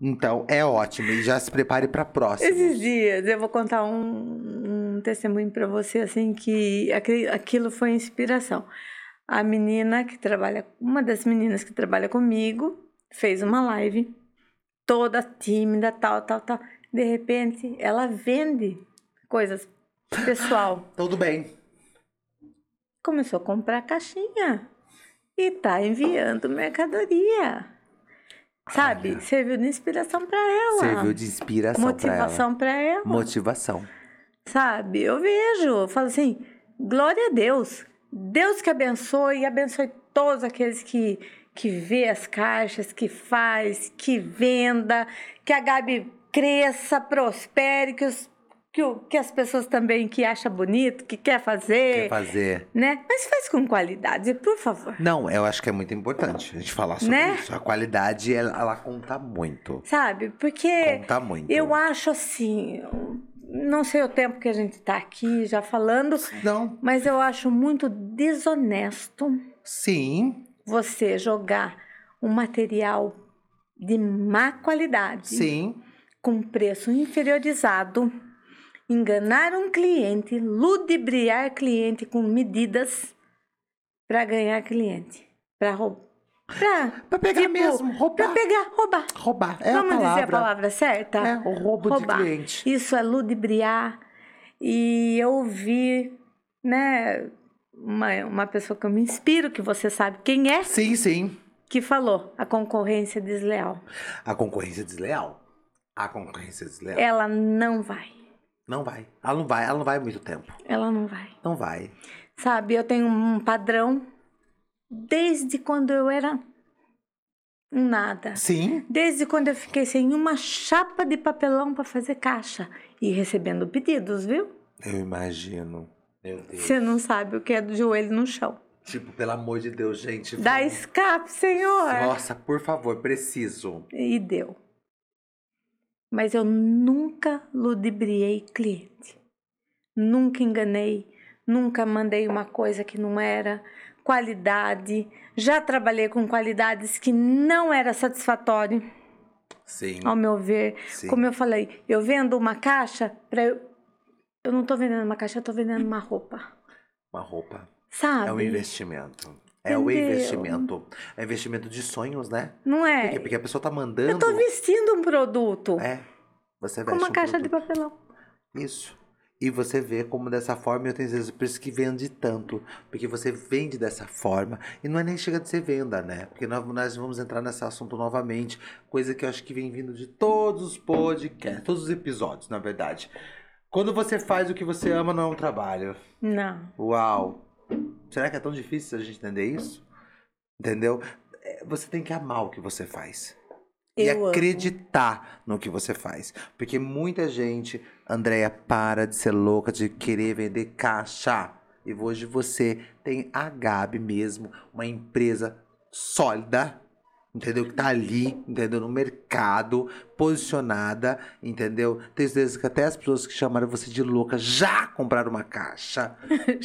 Speaker 1: Então, é ótimo, e já se prepare pra próxima.
Speaker 2: Esses dias eu vou contar um, um testemunho pra você, assim, que aquele- aquilo foi inspiração. A menina que trabalha, uma das meninas que trabalha comigo, fez uma live, toda tímida, tal, tal, tal. De repente, ela vende coisas Pessoal,
Speaker 1: Tudo bem.
Speaker 2: começou a comprar caixinha e tá enviando mercadoria. Sabe?
Speaker 1: Olha.
Speaker 2: Serviu de inspiração para ela.
Speaker 1: Serviu de inspiração
Speaker 2: motivação para ela.
Speaker 1: pra ela. Motivação.
Speaker 2: Sabe? Eu vejo, eu falo assim, glória a Deus. Deus que abençoe e abençoe todos aqueles que que vê as caixas, que faz, que venda, que a Gabi cresça, prospere, que os que, o- que as pessoas também que acha bonito, que quer
Speaker 1: Quer
Speaker 2: fazer,
Speaker 1: fazer.
Speaker 2: né? Mas faz com qualidade, por favor.
Speaker 1: Não, eu acho que é muito importante a gente falar sobre
Speaker 2: Né?
Speaker 1: isso. A qualidade, ela, ela conta muito.
Speaker 2: Sabe? Porque
Speaker 1: Conta muito.
Speaker 2: É. eu acho assim, não sei o tempo que a gente tá aqui já falando,
Speaker 1: Não,
Speaker 2: mas eu acho muito desonesto
Speaker 1: sim,
Speaker 2: você jogar um material de má qualidade,
Speaker 1: sim.
Speaker 2: com preço inferiorizado, enganar um cliente, ludibriar cliente com medidas para ganhar cliente, para roubar. Pra,
Speaker 1: Pra pegar
Speaker 2: Tipo,
Speaker 1: mesmo, roubar.
Speaker 2: pra pegar, roubar.
Speaker 1: Roubar. É
Speaker 2: Vamos
Speaker 1: a palavra.
Speaker 2: dizer a palavra certa?
Speaker 1: É, o roubo
Speaker 2: Roubar.
Speaker 1: de cliente.
Speaker 2: Isso é ludibriar. E eu vi, né, uma, uma pessoa que eu me inspiro, que você sabe quem é,
Speaker 1: Sim, sim.
Speaker 2: que falou a concorrência desleal.
Speaker 1: A concorrência é desleal. A concorrência é desleal.
Speaker 2: Ela não vai.
Speaker 1: Não vai. Ela não vai. Ela não vai muito tempo.
Speaker 2: Ela não vai.
Speaker 1: Não vai.
Speaker 2: Sabe, eu tenho um padrão desde quando eu era um nada.
Speaker 1: Sim.
Speaker 2: Desde quando eu fiquei sem uma chapa de papelão para fazer caixa e recebendo pedidos, viu?
Speaker 1: Eu imagino. Meu Deus.
Speaker 2: Você não sabe o que é do joelho no chão.
Speaker 1: Tipo, pelo amor de Deus, gente.
Speaker 2: Dá
Speaker 1: vamos.
Speaker 2: escape, senhor!
Speaker 1: Nossa, por favor, preciso.
Speaker 2: E deu. Mas eu nunca ludibriei cliente. Nunca enganei. Nunca mandei uma coisa que não era. Qualidade. Já trabalhei com qualidades que não era satisfatório,
Speaker 1: Sim.
Speaker 2: ao meu ver.
Speaker 1: Sim.
Speaker 2: Como eu falei, eu vendo uma caixa para eu. Eu não tô vendendo uma caixa, eu tô vendendo uma roupa.
Speaker 1: Uma roupa.
Speaker 2: Sabe?
Speaker 1: É um investimento. É o
Speaker 2: Entendeu?
Speaker 1: investimento. É investimento de sonhos, né?
Speaker 2: Não
Speaker 1: Por quê?
Speaker 2: é?
Speaker 1: Porque a pessoa tá mandando.
Speaker 2: Eu tô vestindo um produto
Speaker 1: É. Você
Speaker 2: com
Speaker 1: veste
Speaker 2: uma
Speaker 1: um
Speaker 2: caixa de
Speaker 1: produto.
Speaker 2: papelão.
Speaker 1: Isso. E você vê como dessa forma, eu tenho certeza, por isso que vende tanto. Porque você vende dessa forma. E não é nem chega de ser venda, né? Porque nós, nós vamos entrar nesse assunto novamente. Coisa que eu acho que vem vindo de todos os podcasts, todos os episódios, na verdade. Quando você faz o que você ama, não é um trabalho.
Speaker 2: Não.
Speaker 1: Uau! Será que é tão difícil a gente entender isso? Entendeu? É, Você tem que amar o que você faz e
Speaker 2: eu amo.
Speaker 1: acreditar no que você faz. Porque muita gente, Andréia, para de ser louca de querer vender caixa. E hoje você tem a Gabi mesmo, uma empresa sólida, entendeu? Que tá ali, entendeu? No mercado, posicionada, entendeu? Tenho certeza que até as pessoas que chamaram você de louca já compraram uma caixa.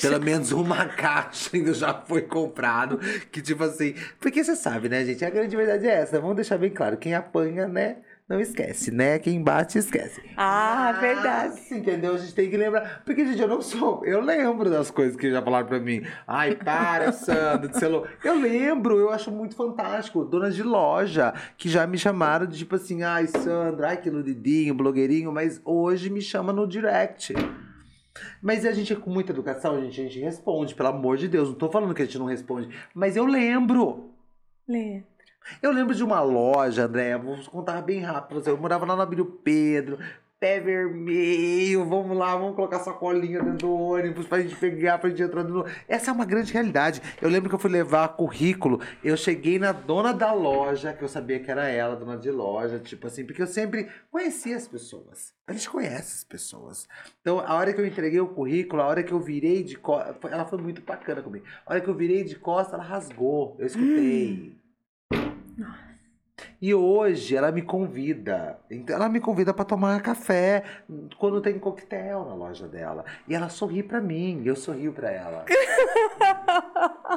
Speaker 1: Pelo menos uma caixa ainda já foi comprado. Que tipo assim. Porque você sabe, né, gente? A grande verdade é essa. Vamos deixar bem claro. Quem apanha, né? Não esquece, né? Quem bate, esquece.
Speaker 2: Ah, verdade.
Speaker 1: Mas, Entendeu? A gente tem que lembrar. Porque, gente, eu não sou. Eu lembro das coisas que já falaram pra mim. Ai, para, Sandra, de celular. Eu lembro, eu acho muito fantástico. Donas de loja que já me chamaram de tipo assim, ai, Sandra, ai, que nudidinho, blogueirinho, mas hoje me chama no direct. Mas a gente, com muita educação, gente, a gente responde, pelo amor de Deus. Não tô falando que a gente não responde, mas eu lembro.
Speaker 2: Lê.
Speaker 1: Eu lembro de uma loja, Andréia, vamos contar bem rápido. pra você. Eu morava lá na Abílio Pedro, pé vermelho, vamos lá, vamos colocar sacolinha dentro do ônibus pra gente pegar, pra gente entrar no. Essa é uma grande realidade. Eu lembro que eu fui levar currículo, eu cheguei na dona da loja, que eu sabia que era ela, dona de loja, tipo assim, porque eu sempre conhecia as pessoas. A gente conhece as pessoas. Então, a hora que eu entreguei o currículo, a hora que eu virei de costas, ela foi muito bacana comigo. A hora que eu virei de costas, ela rasgou. Eu escutei. E hoje ela me convida. Então ela me convida pra tomar café quando tem coquetel na loja dela. E ela sorri pra mim, eu sorrio pra ela.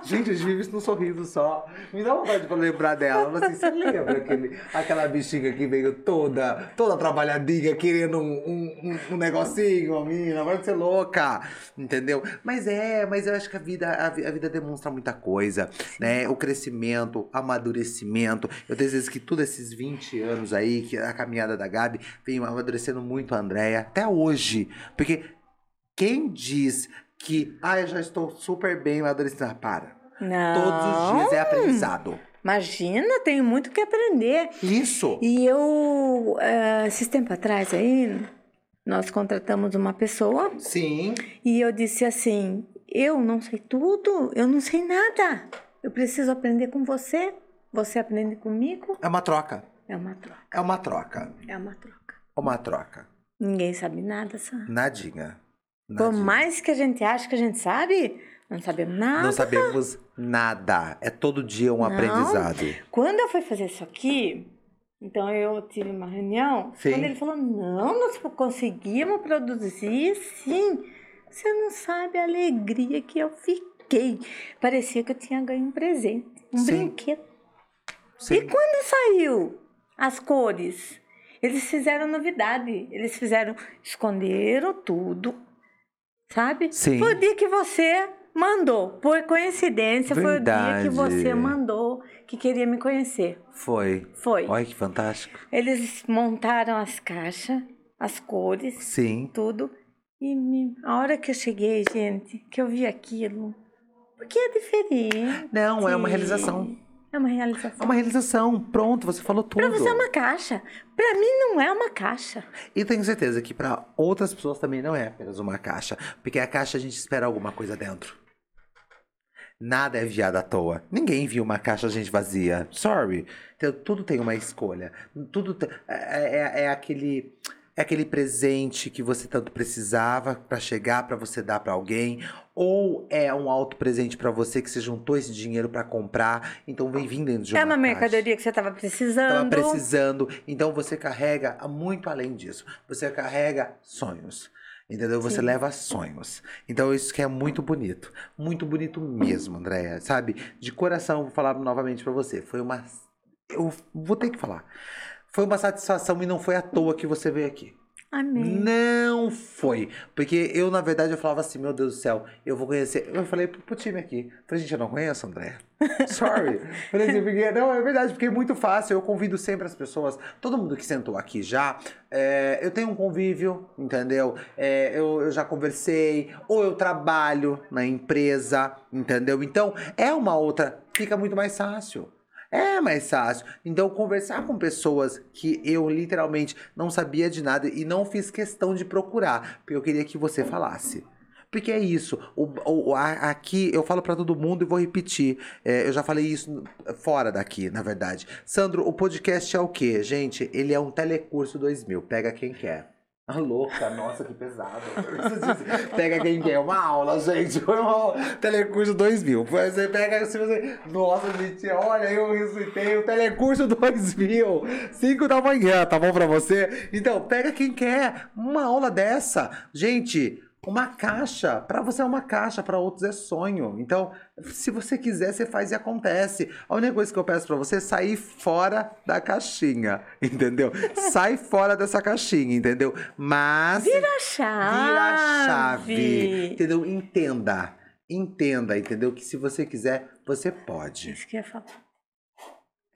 Speaker 1: Gente, eu vivo isso num sorriso só. Me dá vontade pra lembrar dela. Fala Assim, você lembra aquele, aquela bexiga que veio toda, toda trabalhadinha, querendo um, um, um- um negocinho, uma menina, vai ser louca, entendeu? Mas é, mas eu acho que a vida, a, vi- a vida demonstra muita coisa, né? O crescimento, amadurecimento. Eu tenho certeza que todos esses 20 anos aí, que a caminhada da Gabi, vem amadurecendo muito a Andréia, até hoje. Porque Quem diz que, ah, eu já estou super bem amadurecida, Ah, para.
Speaker 2: Não.
Speaker 1: Todos os dias é aprendizado.
Speaker 2: Imagina, tenho muito o que aprender.
Speaker 1: Isso.
Speaker 2: E eu, eh, esses tempos atrás aí, nós contratamos uma pessoa
Speaker 1: Sim.
Speaker 2: e eu disse assim: eu não sei tudo, eu não sei nada. Eu preciso aprender com você, você aprende comigo.
Speaker 1: É uma troca.
Speaker 2: É uma troca,
Speaker 1: É uma troca.
Speaker 2: é uma troca.
Speaker 1: Uma troca.
Speaker 2: Ninguém sabe nada, sabe?
Speaker 1: Nadinha.
Speaker 2: Por
Speaker 1: Nadinha.
Speaker 2: mais que a gente ache que a gente sabe, não sabemos nada.
Speaker 1: Não sabemos nada. É todo dia um
Speaker 2: Não.
Speaker 1: aprendizado.
Speaker 2: Quando eu fui fazer isso aqui, então eu tive uma reunião,
Speaker 1: Sim.
Speaker 2: quando ele falou, não, nós conseguimos produzir, sim. Você não sabe a alegria que eu fiquei. Parecia que eu tinha ganho um presente, um
Speaker 1: Sim.
Speaker 2: brinquedo.
Speaker 1: Sim.
Speaker 2: E quando saiu as cores? Eles fizeram novidade. Eles fizeram, esconderam tudo, sabe?
Speaker 1: Sim.
Speaker 2: Foi o dia que você mandou. Por coincidência,
Speaker 1: Verdade.
Speaker 2: foi o dia que você mandou que queria me conhecer.
Speaker 1: Foi.
Speaker 2: Foi.
Speaker 1: Olha que fantástico.
Speaker 2: Eles montaram as caixas, as cores,
Speaker 1: Sim.
Speaker 2: tudo. E me- a hora que eu cheguei, gente, que eu vi aquilo, porque é diferente.
Speaker 1: Não, é uma realização.
Speaker 2: É uma realização.
Speaker 1: É uma realização. Pronto, você falou tudo.
Speaker 2: Pra você é uma caixa. Pra mim não é uma caixa.
Speaker 1: E tenho certeza que pra outras pessoas também não é apenas uma caixa. Porque a caixa a gente espera alguma coisa dentro. Nada é viado à toa. Ninguém viu uma caixa gente vazia. Sorry. Então, tudo tem uma escolha. Tudo te- é, é- é aquele é aquele presente que você tanto precisava pra chegar, pra você dar pra alguém, ou é um alto presente pra você que você juntou esse dinheiro pra comprar, então vem vindo dentro de uma
Speaker 2: é uma
Speaker 1: caixa
Speaker 2: mercadoria que você tava
Speaker 1: estava
Speaker 2: precisando.
Speaker 1: precisando. Então você carrega muito além disso. Você carrega sonhos. Entendeu? Você
Speaker 2: Sim.
Speaker 1: leva sonhos. Então, isso que é muito bonito. Muito bonito mesmo, Andréia. Sabe? De coração, vou falar novamente pra você. Foi uma. Eu vou ter que falar. Foi uma satisfação e não foi à toa que você veio aqui.
Speaker 2: Amém.
Speaker 1: Não foi. Porque eu, na verdade, eu falava assim, meu Deus do céu, eu vou conhecer. Eu falei pro, pro time aqui. Falei, gente, eu não conheço, André. Sorry. falei assim, porque, não, é verdade, porque é muito fácil. Eu convido sempre as pessoas, todo mundo que sentou aqui já. é, eu tenho um convívio, entendeu? É, eu, eu já conversei, ou eu trabalho na empresa, entendeu? Então, é uma outra, fica muito mais fácil. É mais fácil. Então, conversar com pessoas que eu literalmente não sabia de nada e não fiz questão de procurar, porque eu queria que você falasse. Porque é isso. O, o- a- aqui eu falo pra todo mundo e vou repetir. É, eu já falei isso no- fora daqui, na verdade. Sandro, o podcast é o quê? Gente, ele é um telecurso 2000. Pega quem quer. A Ah, louca, nossa, que pesado. pega quem quer, uma aula, gente. Foi uma aula. Telecurso 2000. Você pega, se você... Nossa, gente, olha, eu ressuscitei o Telecurso 2000. 5 da manhã, tá bom pra você? Então, pega quem quer. Uma aula dessa. Gente, uma caixa. Pra você é uma caixa, pra outros é sonho. Então, se você quiser, você faz e acontece. A única coisa que eu peço pra você é sair fora da caixinha, entendeu? Sai fora dessa caixinha, entendeu? Mas
Speaker 2: Vira a chave.
Speaker 1: vira a chave, entendeu? Entenda. Entenda, entendeu? Que se você quiser, você pode.
Speaker 2: Isso que eu ia falar.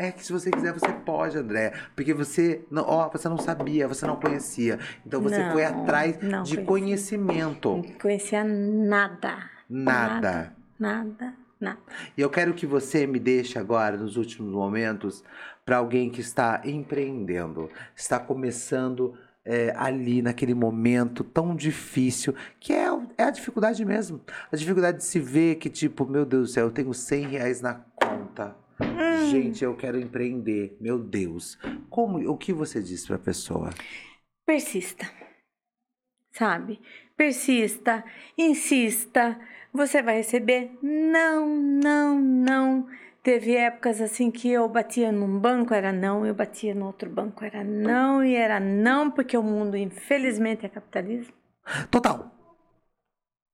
Speaker 1: É que se você quiser, você pode, André. Porque você não, ó, você não sabia, você não conhecia. Então você
Speaker 2: Não,
Speaker 1: foi atrás
Speaker 2: não
Speaker 1: de
Speaker 2: conhecia.
Speaker 1: conhecimento.
Speaker 2: Não conhecia nada.
Speaker 1: Nada.
Speaker 2: Nada, nada.
Speaker 1: E eu quero que você me deixe agora, nos últimos momentos, para alguém que está empreendendo, está começando é, ali naquele momento tão difícil, que é, o- é a dificuldade mesmo. A dificuldade de se ver que, tipo, meu Deus do céu, eu tenho 100 reais na conta.
Speaker 2: Hum.
Speaker 1: Gente, eu quero empreender. Meu Deus. Como, o que você diz para a pessoa?
Speaker 2: Persista. Sabe? Persista, insista. Você vai receber? Não, não, não. Teve épocas assim que eu batia num banco, era não, eu batia no outro banco, era não, e era não, porque o mundo, infelizmente, é capitalismo.
Speaker 1: Total.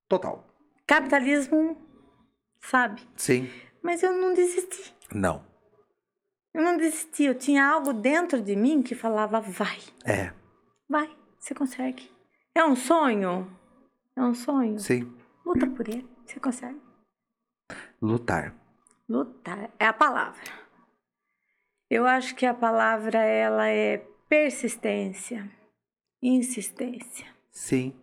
Speaker 1: Total.
Speaker 2: Capitalismo, sabe?
Speaker 1: Sim.
Speaker 2: Mas eu não desisti.
Speaker 1: Não.
Speaker 2: Eu não desisti. Eu tinha algo dentro de mim que falava, vai.
Speaker 1: É.
Speaker 2: Vai, você consegue. É um sonho? É um sonho.
Speaker 1: Sim.
Speaker 2: Luta por ele, você consegue.
Speaker 1: Lutar.
Speaker 2: Lutar é a palavra. Eu acho que a palavra ela é persistência, insistência.
Speaker 1: Sim.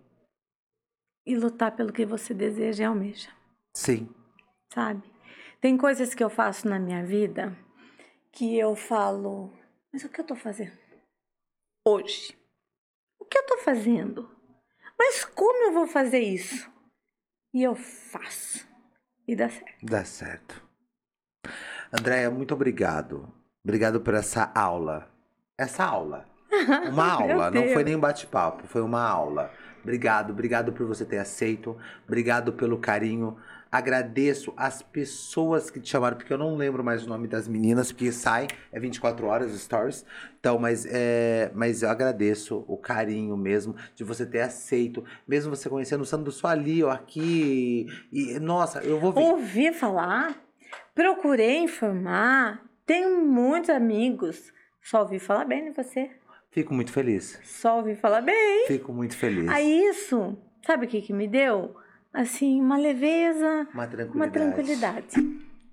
Speaker 2: e lutar pelo que você deseja e almeja,
Speaker 1: Sim.
Speaker 2: sabe? Tem coisas que eu faço na minha vida que eu falo, mas o que eu tô fazendo hoje? O que eu tô fazendo? Mas como eu vou fazer isso? E eu faço. E dá certo.
Speaker 1: Dá certo. Andréia, muito obrigado. Obrigado por essa aula. Essa aula. Uma
Speaker 2: Meu
Speaker 1: aula, não foi
Speaker 2: Deus.
Speaker 1: nem um bate-papo, foi uma aula. Obrigado, obrigado por você ter aceito. Obrigado pelo carinho. Agradeço as pessoas que te chamaram, porque eu não lembro mais o nome das meninas, porque sai, é 24 horas, stories. Então, mas, é, mas eu agradeço o carinho mesmo de você ter aceito. Mesmo você conhecendo o Sandro só ali, ou aqui. E, nossa, eu vou vir.
Speaker 2: Ouvi falar, procurei informar, tenho muitos amigos. Só ouvi falar bem de você.
Speaker 1: Fico muito feliz.
Speaker 2: Só ouvi falar bem.
Speaker 1: Fico muito feliz.
Speaker 2: Aí isso, sabe o que que me deu? Assim, uma leveza,
Speaker 1: uma tranquilidade.
Speaker 2: uma tranquilidade,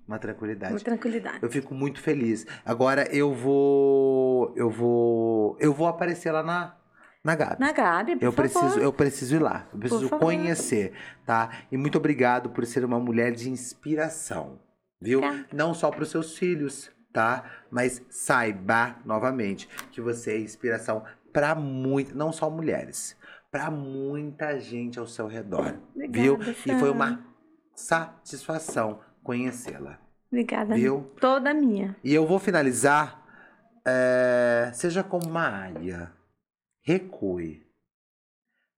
Speaker 1: Uma tranquilidade.
Speaker 2: uma tranquilidade.
Speaker 1: Eu fico muito feliz. Agora eu vou. Eu vou. Eu vou aparecer lá na, na Gabi.
Speaker 2: Na Gabi, por
Speaker 1: eu
Speaker 2: favor.
Speaker 1: preciso, eu preciso ir lá. Eu preciso
Speaker 2: favor.
Speaker 1: conhecer, tá? E muito obrigado por ser uma mulher de inspiração, viu?
Speaker 2: Tá.
Speaker 1: Não só para os seus filhos, tá? Mas saiba novamente que você é inspiração para muito, não só mulheres, para muita gente ao seu redor,
Speaker 2: Obrigada,
Speaker 1: viu? E foi
Speaker 2: Fran.
Speaker 1: uma satisfação conhecê-la.
Speaker 2: Obrigada.
Speaker 1: Viu?
Speaker 2: Toda minha.
Speaker 1: E eu vou finalizar. é, seja como uma águia, recue,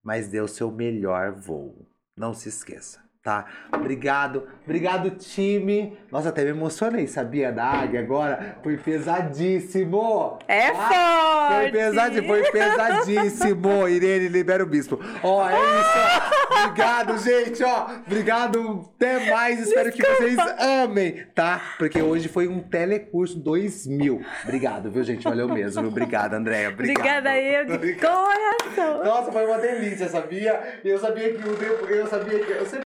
Speaker 1: mas dê o seu melhor voo. Não se esqueça, tá? Obrigado, obrigado, time. Nossa, até me emocionei, sabia? Da águia agora. Foi pesadíssimo.
Speaker 2: É
Speaker 1: Ah,
Speaker 2: forte!
Speaker 1: Foi pesadíssimo, foi pesadíssimo. Irene, libera o bispo. Ó, é isso. ó. Obrigado, gente, ó. Obrigado, até mais. Espero que vocês amem, tá? Porque hoje foi um telecurso 2000. Obrigado, viu, gente? Valeu mesmo. Obrigado, Andréia. Obrigado.
Speaker 2: Obrigada eu de
Speaker 1: Obrigado.
Speaker 2: coração.
Speaker 1: Nossa, foi uma delícia, sabia? Eu sabia que o tempo. Eu sabia que. Eu sempre